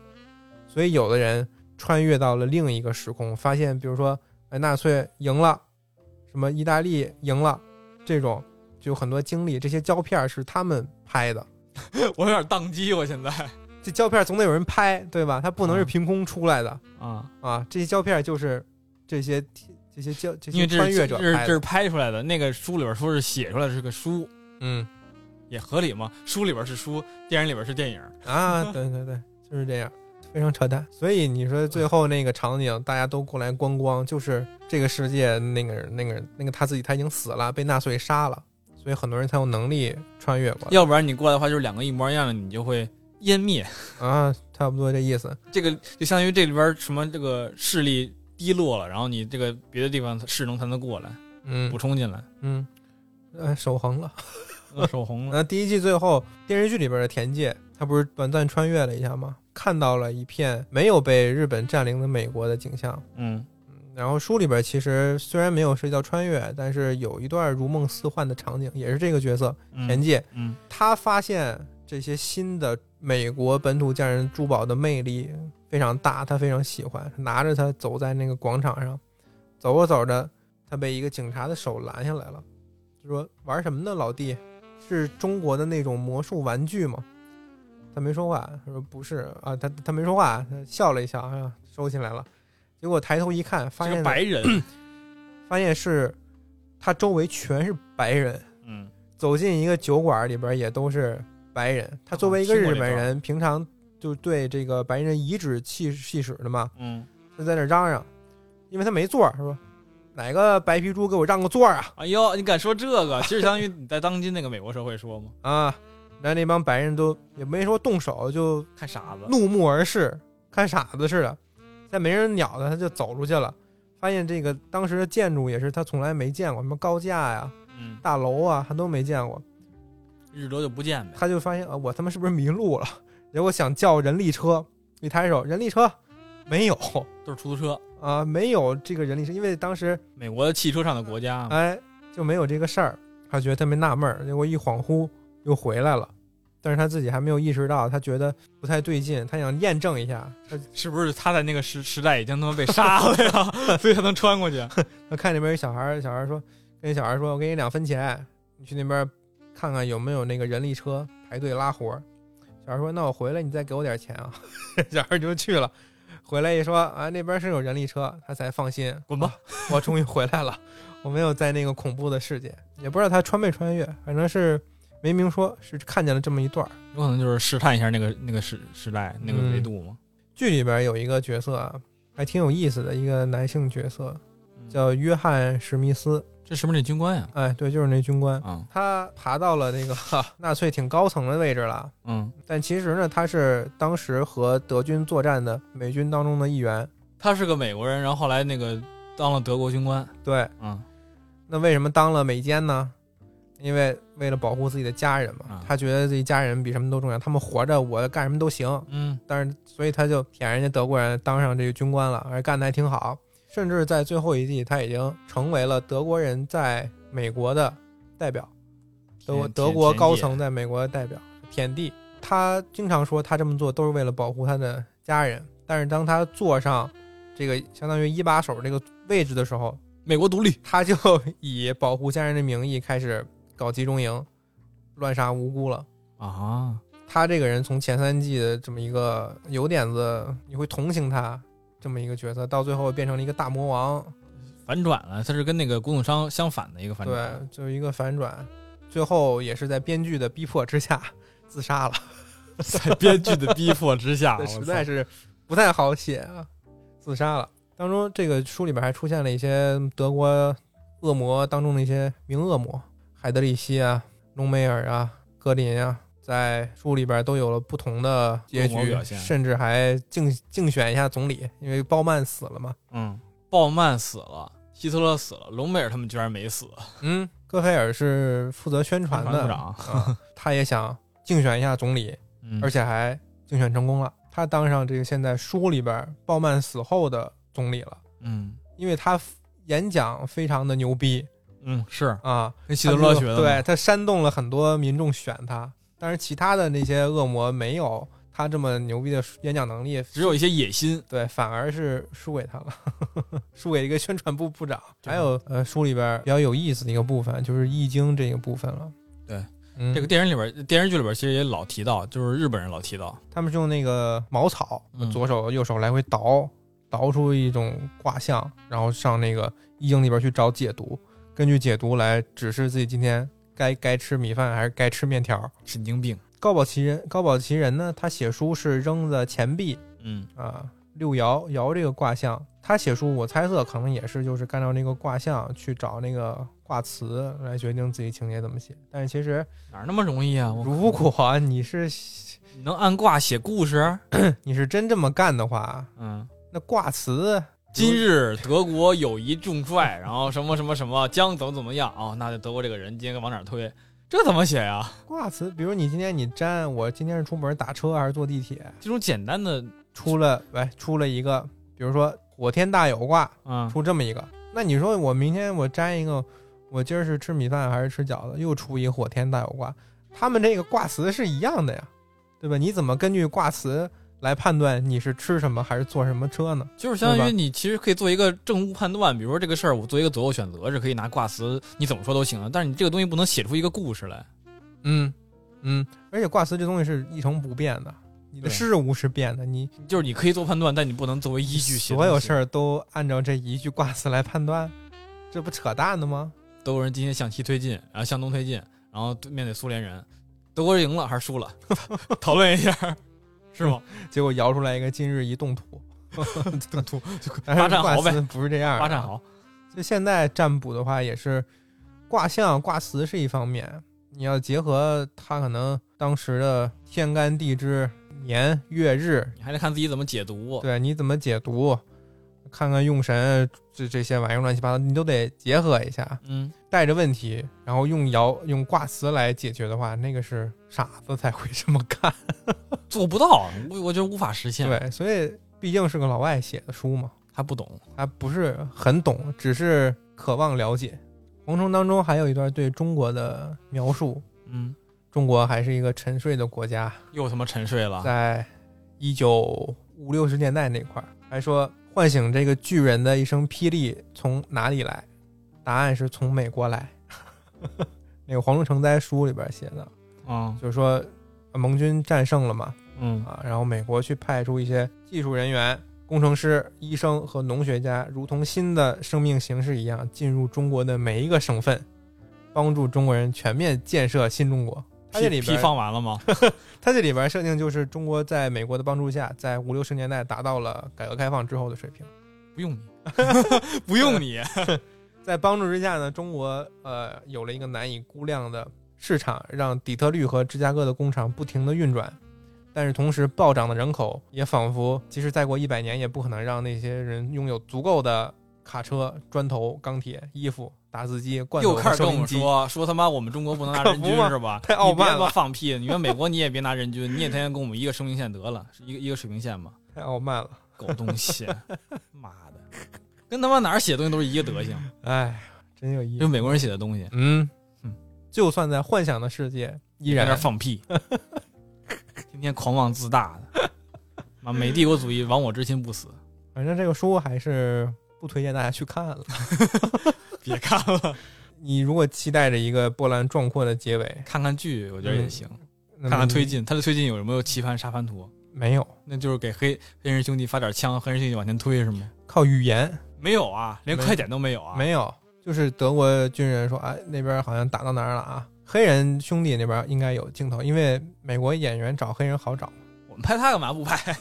S2: 所以，有的人穿越到了另一个时空，发现，比如说，哎，纳粹赢了，什么意大利赢了，这种就有很多经历。这些胶片是他们拍的，
S3: 我有点宕机，我 现在
S2: 这胶片总得有人拍，对吧？它不能是
S3: 嗯
S2: 凭空出来的。
S3: 啊，
S2: 啊，这些胶片就是这些这些胶这
S3: 因
S2: 些
S3: 为
S2: 穿
S3: 这
S2: 越
S3: 是
S2: 者
S3: 这是这
S2: 拍的，
S3: 是拍出来的，那个书里边说是写出来的是个书，
S2: 嗯
S3: 也合理嘛？书里边是书，电影里边是电影，
S2: 啊，对对对，就是这样，非常扯淡。所以你说最后那个场景，大家都过来观光，就是这个世界那个人那个人那个他自己他已经死了，被纳粹杀了，所以很多人才有能力穿越过来
S3: 要不然你过来的话就是两个一模一样的，你就会湮灭。
S2: 啊，差不多这意思。
S3: 这个就相当于这里边什么这个势力低落了，然后你这个别的地方势能才能过来
S2: 嗯
S3: 补充进来，
S2: 嗯，呃，手横了。
S3: 呃手红了。
S2: 那第一季最后电视剧里边的田界，他不是短暂穿越了一下吗？看到了一片没有被日本占领的美国的景象。
S3: 嗯，
S2: 然后书里边其实虽然没有涉及到穿越，但是有一段如梦似幻的场景，也是这个角色
S3: 嗯
S2: 田界，
S3: 嗯
S2: 他发现这些新的美国本土匠人珠宝的魅力非常大，他非常喜欢，拿着它走在那个广场上，走着走着，他被一个警察的手拦下来了，就说玩什么呢，老弟，是中国的那种魔术玩具吗？他没说话，他说不是啊，他他没说话，他笑了一笑，啊，收起来了。结果抬头一看，发
S3: 是
S2: 现
S3: 个白人，
S2: 发现是他周围全是白人，
S3: 嗯，
S2: 走进一个酒馆里边也都是白人。他作为一个日本人，平常就对这个白人颐指气气使的嘛，
S3: 嗯，
S2: 就在那儿嚷嚷，因为他没座儿，他说哪个白皮猪给我让个座儿啊
S3: 哎呦，你敢说这个？其实相当于你在当今那个美国社会说嘛，
S2: 啊！然后那帮白人都也没说动手，就
S3: 看傻子，
S2: 怒目而视，看傻子似的。再没人鸟他，他就走出去了。发现这个当时的建筑也是他从来没见过，什么高架呀、
S3: 嗯，
S2: 大楼啊，他都没见过。
S3: 日落就不见呗，
S2: 他就发现啊，我他妈是不是迷路了？ 结果想叫人力车，一抬手，人力车没有
S3: 都是出租车，
S2: 啊，没有这个人力车，因为当时
S3: 美国汽车上的国家嘛，
S2: 哎就没有这个事儿，他觉得特别纳闷儿，结果一恍惚又回来了，但是他自己还没有意识到，他觉得不太对劲，他想验证一下，他
S3: 是不是他在那个时时代已经他妈被杀了 呀？所以他能穿过去？
S2: 他看那边一小孩儿，小孩儿说跟小孩儿说，我给你两分钱，你去那边看看有没有那个人力车排队拉活儿。小孩儿说：“那我回来你再给我点钱啊。” 小孩儿就去了，回来一说啊，那边是有人力车，他才放心，
S3: 滚吧！
S2: 我终于回来了，我没有在那个恐怖的世界，也不知道他穿没穿越，反正是没明说，是看见了这么一段儿。
S3: 有可能就是试探一下那个那个时时代那个维度嘛，
S2: 剧里边有一个
S3: 嗯
S2: 角色啊，还挺有意思的一个男性角色，叫约翰·史密斯，
S3: 这是不是那军官呀？
S2: 哎，对，就是那军官，
S3: 啊，
S2: 他爬到了那个 纳粹挺高层的位置了。
S3: 嗯，
S2: 但其实呢，他是当时和德军作战的美军当中的一员。
S3: 他是个美国人，然后后来那个当了德国军官。
S2: 对，
S3: 嗯
S2: 那为什么当了美监呢？因为为了保护自己的家人嘛
S3: 啊，
S2: 他觉得自己家人比什么都重要，他们活着我干什么都行。
S3: 嗯
S2: 但是所以他就舔人家德国人当上这个军官了，而干得还挺好，甚至在最后一季他已经成为了德国人在美国的代表，德国
S3: 田
S2: 德国
S3: 田
S2: 高
S3: 地
S2: 层在美国的代表田地。他经常说他这么做都是为了保护他的家人，但是当他坐上这个相当于一把手这个位置的时候，
S3: 美国独立。
S2: 他就以保护家人的名义开始搞集中营，乱杀无辜了。
S3: 啊，
S2: 他这个人从前三季的这么一个有点子，你会同情他这么一个角色，到最后变成了一个大魔王，
S3: 反转了，他是跟那个古董商相反的一个反
S2: 对
S3: 转。，
S2: 就是一个反转，最后也是在编剧的逼迫之下自杀了，
S3: 在编剧的逼迫之下，
S2: 这
S3: 我
S2: 实
S3: 操
S2: 在是不太好写啊，自杀了。当中这个书里边还出现了一些德国恶魔当中的一些名恶魔，海德里希啊、隆美尔啊、格林啊，在书里边都有了不同的结
S3: 恶魔
S2: 局
S3: 表，现
S2: 甚至还竞竞选一下总理，因为鲍曼死了嘛。
S3: 嗯，鲍曼死了，希特勒死了，隆美尔他们居然没死，
S2: 嗯，戈培尔是负责宣传
S3: 部
S2: 的，
S3: 长，
S2: 啊他也想竞选一下总理，
S3: 嗯
S2: 而且还竞选成功了。他当上这个现在书里边鲍曼死后的总理了，
S3: 嗯
S2: 因为他演讲非常的牛逼
S3: 嗯是
S2: 啊，
S3: 跟希特勒
S2: 他就
S3: 学的，
S2: 对，他煽动了很多民众选他，但是其他的那些恶魔没有他这么牛逼的演讲能力，
S3: 只有一些野心，
S2: 对，反而是输给他了， 输给一个宣传部部长。
S3: 对
S2: 还有呃，书里边比较有意思的一个部分就是易经这个部分了。
S3: 对，
S2: 嗯，
S3: 这个电影里边、电视剧里边其实也老提到，就是日本人老提到，
S2: 他们是用那个茅草，
S3: 嗯
S2: 左手右手来回倒，倒出一种卦象，然后上那个易经里边去找解读，根据解读来指示自己今天该该吃米饭还是该吃面条。
S3: 神经病，
S2: 高保奇人，高保奇人呢，他写书是扔的钱币
S3: 嗯
S2: 啊，六爻爻这个卦象，他写书我猜测可能也是就是干照那个卦象去找那个卦辞来决定自己情节怎么写。但是其实
S3: 哪儿那么容易啊？我
S2: 如果你是
S3: 你能按卦写故事？
S2: 你是真这么干的话，
S3: 嗯，
S2: 那卦辞
S3: 今日德国友谊重帅， 然后什么什么什么将怎么怎么样哦，那就德国这个人今天往哪儿推？这怎么写呀、
S2: 卦辞，比如你今天你占我今天是出门打车还是坐地铁，
S3: 这种简单的，
S2: 出了哎出了一个，比如说火天大有卦
S3: 嗯，
S2: 出这么一个，那你说我明天我占一个，我今儿是吃米饭还是吃饺子，又出一个火天大有卦，他们这个卦辞是一样的呀，对吧？你怎么根据卦辞来判断你是吃什么还是坐什么车呢？
S3: 就是相当
S2: 对
S3: 于你其实可以做一个正误判断，比如说这个事儿，我做一个左右选择是可以拿卦辞，你怎么说都行的，啊但是你这个东西不能写出一个故事来。
S2: 嗯嗯，而且卦辞这东西是一成不变的，你的
S3: 对
S2: 事物是变的，你
S3: 就是你可以做判断，但你不能作为依据写东西。
S2: 所有事儿都按照这一句卦辞来判断，这不扯淡的吗？
S3: 德国人今天向西推进，然后向东推进，然后对面对苏联人，德国赢了还是输了？ 讨论一 下，是吗？
S2: 结果摇出来一个今日一 动土，动 土，但
S3: 八
S2: 是
S3: 战
S2: 卦
S3: 壕呗
S2: 辞不是这样的，
S3: 发展好，
S2: 就现在占卜的话，也是卦象、卦辞是一方面，你要结合它可能当时的天干地支、年月日，
S3: 你还得看自己怎么解读。
S2: 对你怎么解读，看看用神这这些玩意儿乱七八糟，你都得结合一下，
S3: 嗯，
S2: 带着问题，然后用爻、用卦辞来解决的话，那个是傻子才会这么干。
S3: 做不到，我我觉得无法实现。，
S2: 对，所以毕竟是个老外写的书嘛。
S3: 他不懂。
S2: 他不是很懂，只是渴望了解。红虫当中还有一段对中国的描述，
S3: 嗯，
S2: 中国还是一个沉睡的国家，
S3: 又他妈沉睡了。
S2: 在一九五六十年代那块儿，还说唤醒这个巨人的一声霹雳从哪里来？答案是从美国来。 那个黄忠成在书里边写的，
S3: 嗯
S2: 就是说呃盟军战胜了嘛，
S3: 嗯
S2: 啊，然后美国去派出一些技术人员、工程师、医生和农学家，如同新的生命形式一样，进入中国的每一个省份，帮助中国人全面建设新中国。他这里
S3: 批
S2: 边，
S3: 放完了吗？
S2: 他这里边设定就是中国在美国的帮助下，在五六十 年代达到了改革开放之后的水平。
S3: 不用你，不用你。
S2: 在帮助之下呢，中国呃有了一个难以估量的市场，让底特律和芝加哥的工厂不停的运转。但是同时，暴涨的人口也仿佛，即使再过一百年，也不可能让那些人拥有足够的卡车、砖头、钢铁、衣服、打字机、罐头
S3: 又
S2: 和
S3: 开始
S2: 收
S3: 跟我
S2: 音
S3: 们
S2: 机。
S3: 说说他妈我们中国不能拿
S2: 可
S3: 人
S2: 不
S3: 均
S2: 嘛
S3: 是吧？
S2: 太傲慢
S3: 你别他
S2: 了
S3: 妈放屁！你说美国你也别拿人均，你也天天跟我们一个生命线得了，是一个一个水平线嘛？
S2: 太傲慢了，
S3: 狗东 西，妈的，跟他妈哪儿写的东西都是一个德行，
S2: 哎，真有意
S3: 就
S2: 思。
S3: 美国人写的东西，
S2: 嗯
S3: 嗯，
S2: 就算在幻想的世界，依
S3: 在那儿
S2: 然
S3: 放屁，天天狂妄自大的，妈美帝国主义亡我之心不死，
S2: 反正这个书还是不推荐大家去看了。
S3: 别看了，
S2: 你如果期待着一个波澜壮阔的结尾，
S3: 看看剧我觉得也行，
S2: 嗯那
S3: 看
S2: 么
S3: 看推
S2: 你
S3: 进，他的推进有没有棋盘沙盘图？
S2: 没有，
S3: 那就是给黑黑人兄弟发点枪，黑人兄弟往前推是吗？
S2: 靠语言
S3: 没有啊，连
S2: 没
S3: 快点都没有啊，
S2: 没有，就是德国军人说，哎，那边好像打到哪儿了啊？黑人兄弟那边应该有镜头，因为美国演员找黑人好找。
S3: 我们拍他干嘛不拍？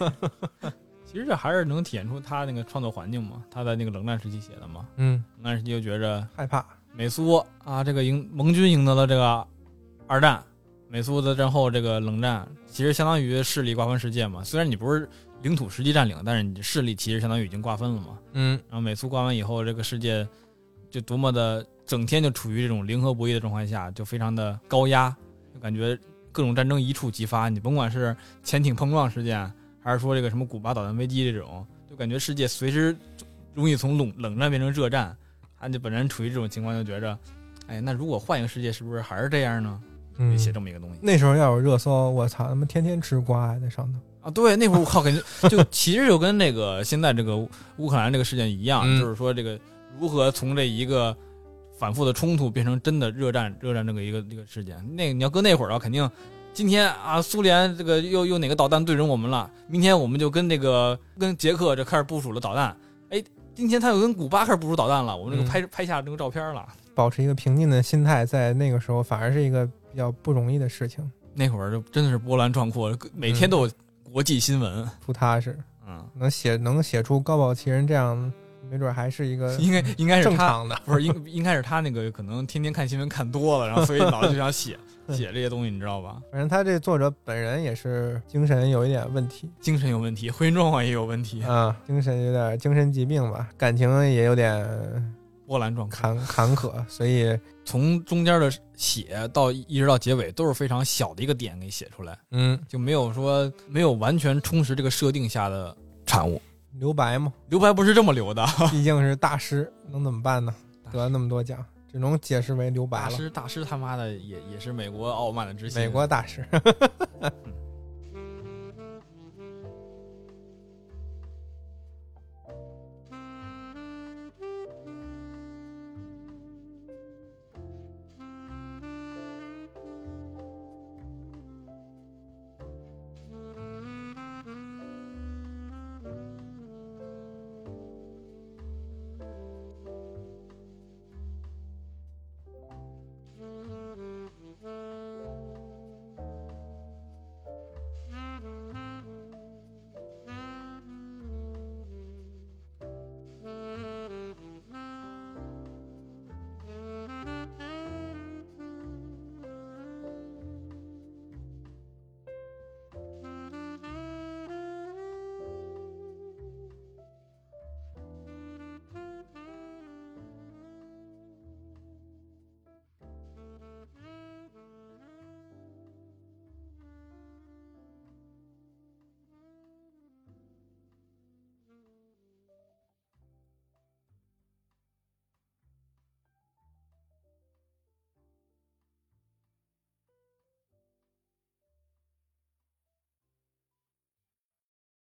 S3: 其实这还是能体现出他那个创作环境嘛，他在那个冷战时期写的嘛，
S2: 嗯，
S3: 冷战时期就觉着
S2: 害怕。
S3: 美苏啊，这个赢盟军赢得了这个二战，美苏的战后这个冷战，其实相当于势力瓜分世界嘛。虽然你不是领土实际占领，但是你势力其实相当于已经瓜分了嘛。
S2: 嗯，
S3: 然后美苏瓜完以后，这个世界就多么的整天就处于这种零和博弈的状况下，就非常的高压，就感觉各种战争一触即发。你甭管是潜艇碰撞事件，还是说这个什么古巴导弹危机这种，就感觉世界随时容易从冷冷战变成热战。他就本人处于这种情况，就觉着，哎，那如果换一个世界，是不是还是这样呢？就
S2: 嗯
S3: 写这么一个东西。
S2: 那时候要有热搜，我操，他妈天天吃瓜呀，在上头。
S3: 啊，对，那会儿我靠，感觉就其实就跟那个现在这个乌乌克兰这个事件一样，
S2: 嗯
S3: 就是说这个如何从这一个反复的冲突变成真的热战，热战这个一个这个事件。那个你要搁那会儿的话，肯定今天啊，苏联这个又又哪个导弹对准我们了，明天我们就跟那个跟捷克这开始部署了导弹，哎，今天他又跟古巴开始部署导弹了，我们这
S2: 嗯
S3: 个拍、拍下这个照片了。
S2: 保持一个平静的心态，在那个时候反而是一个比较不容易的事情，
S3: 那会儿就真的是波澜壮阔，每
S2: 嗯
S3: 天都有国际新闻，
S2: 不踏实。
S3: 嗯，
S2: 能写能写出高保奇人这样，没准还是一个
S3: 应该应该是
S2: 呃正
S3: 他。
S2: 常的。
S3: 不是应应该是他那个可能天天看新闻看多了，然后所以脑子就想 写写这些东西，你知道吧？
S2: 反正他这作者本人也是精神有一点问题
S3: 精神有问题，婚姻状况也有问题，
S2: 啊，精神有点精神疾病吧，感情也有点
S3: 波澜壮阔。
S2: 坎 坎坷，所以
S3: 从中间的写到一直到结尾都是非常小的一个点给写出来，
S2: 嗯，
S3: 就没有说没有完全充实这个设定下的产物。
S2: 留白 嘛，
S3: 留白不是这么留的，
S2: 毕竟是大师，能怎么办呢？
S3: 大师
S2: 得了那么多奖，只能解释为留白
S3: 大
S2: 了。啊
S3: 师大师他妈的也也是美国傲慢的之心。
S2: 美国大师，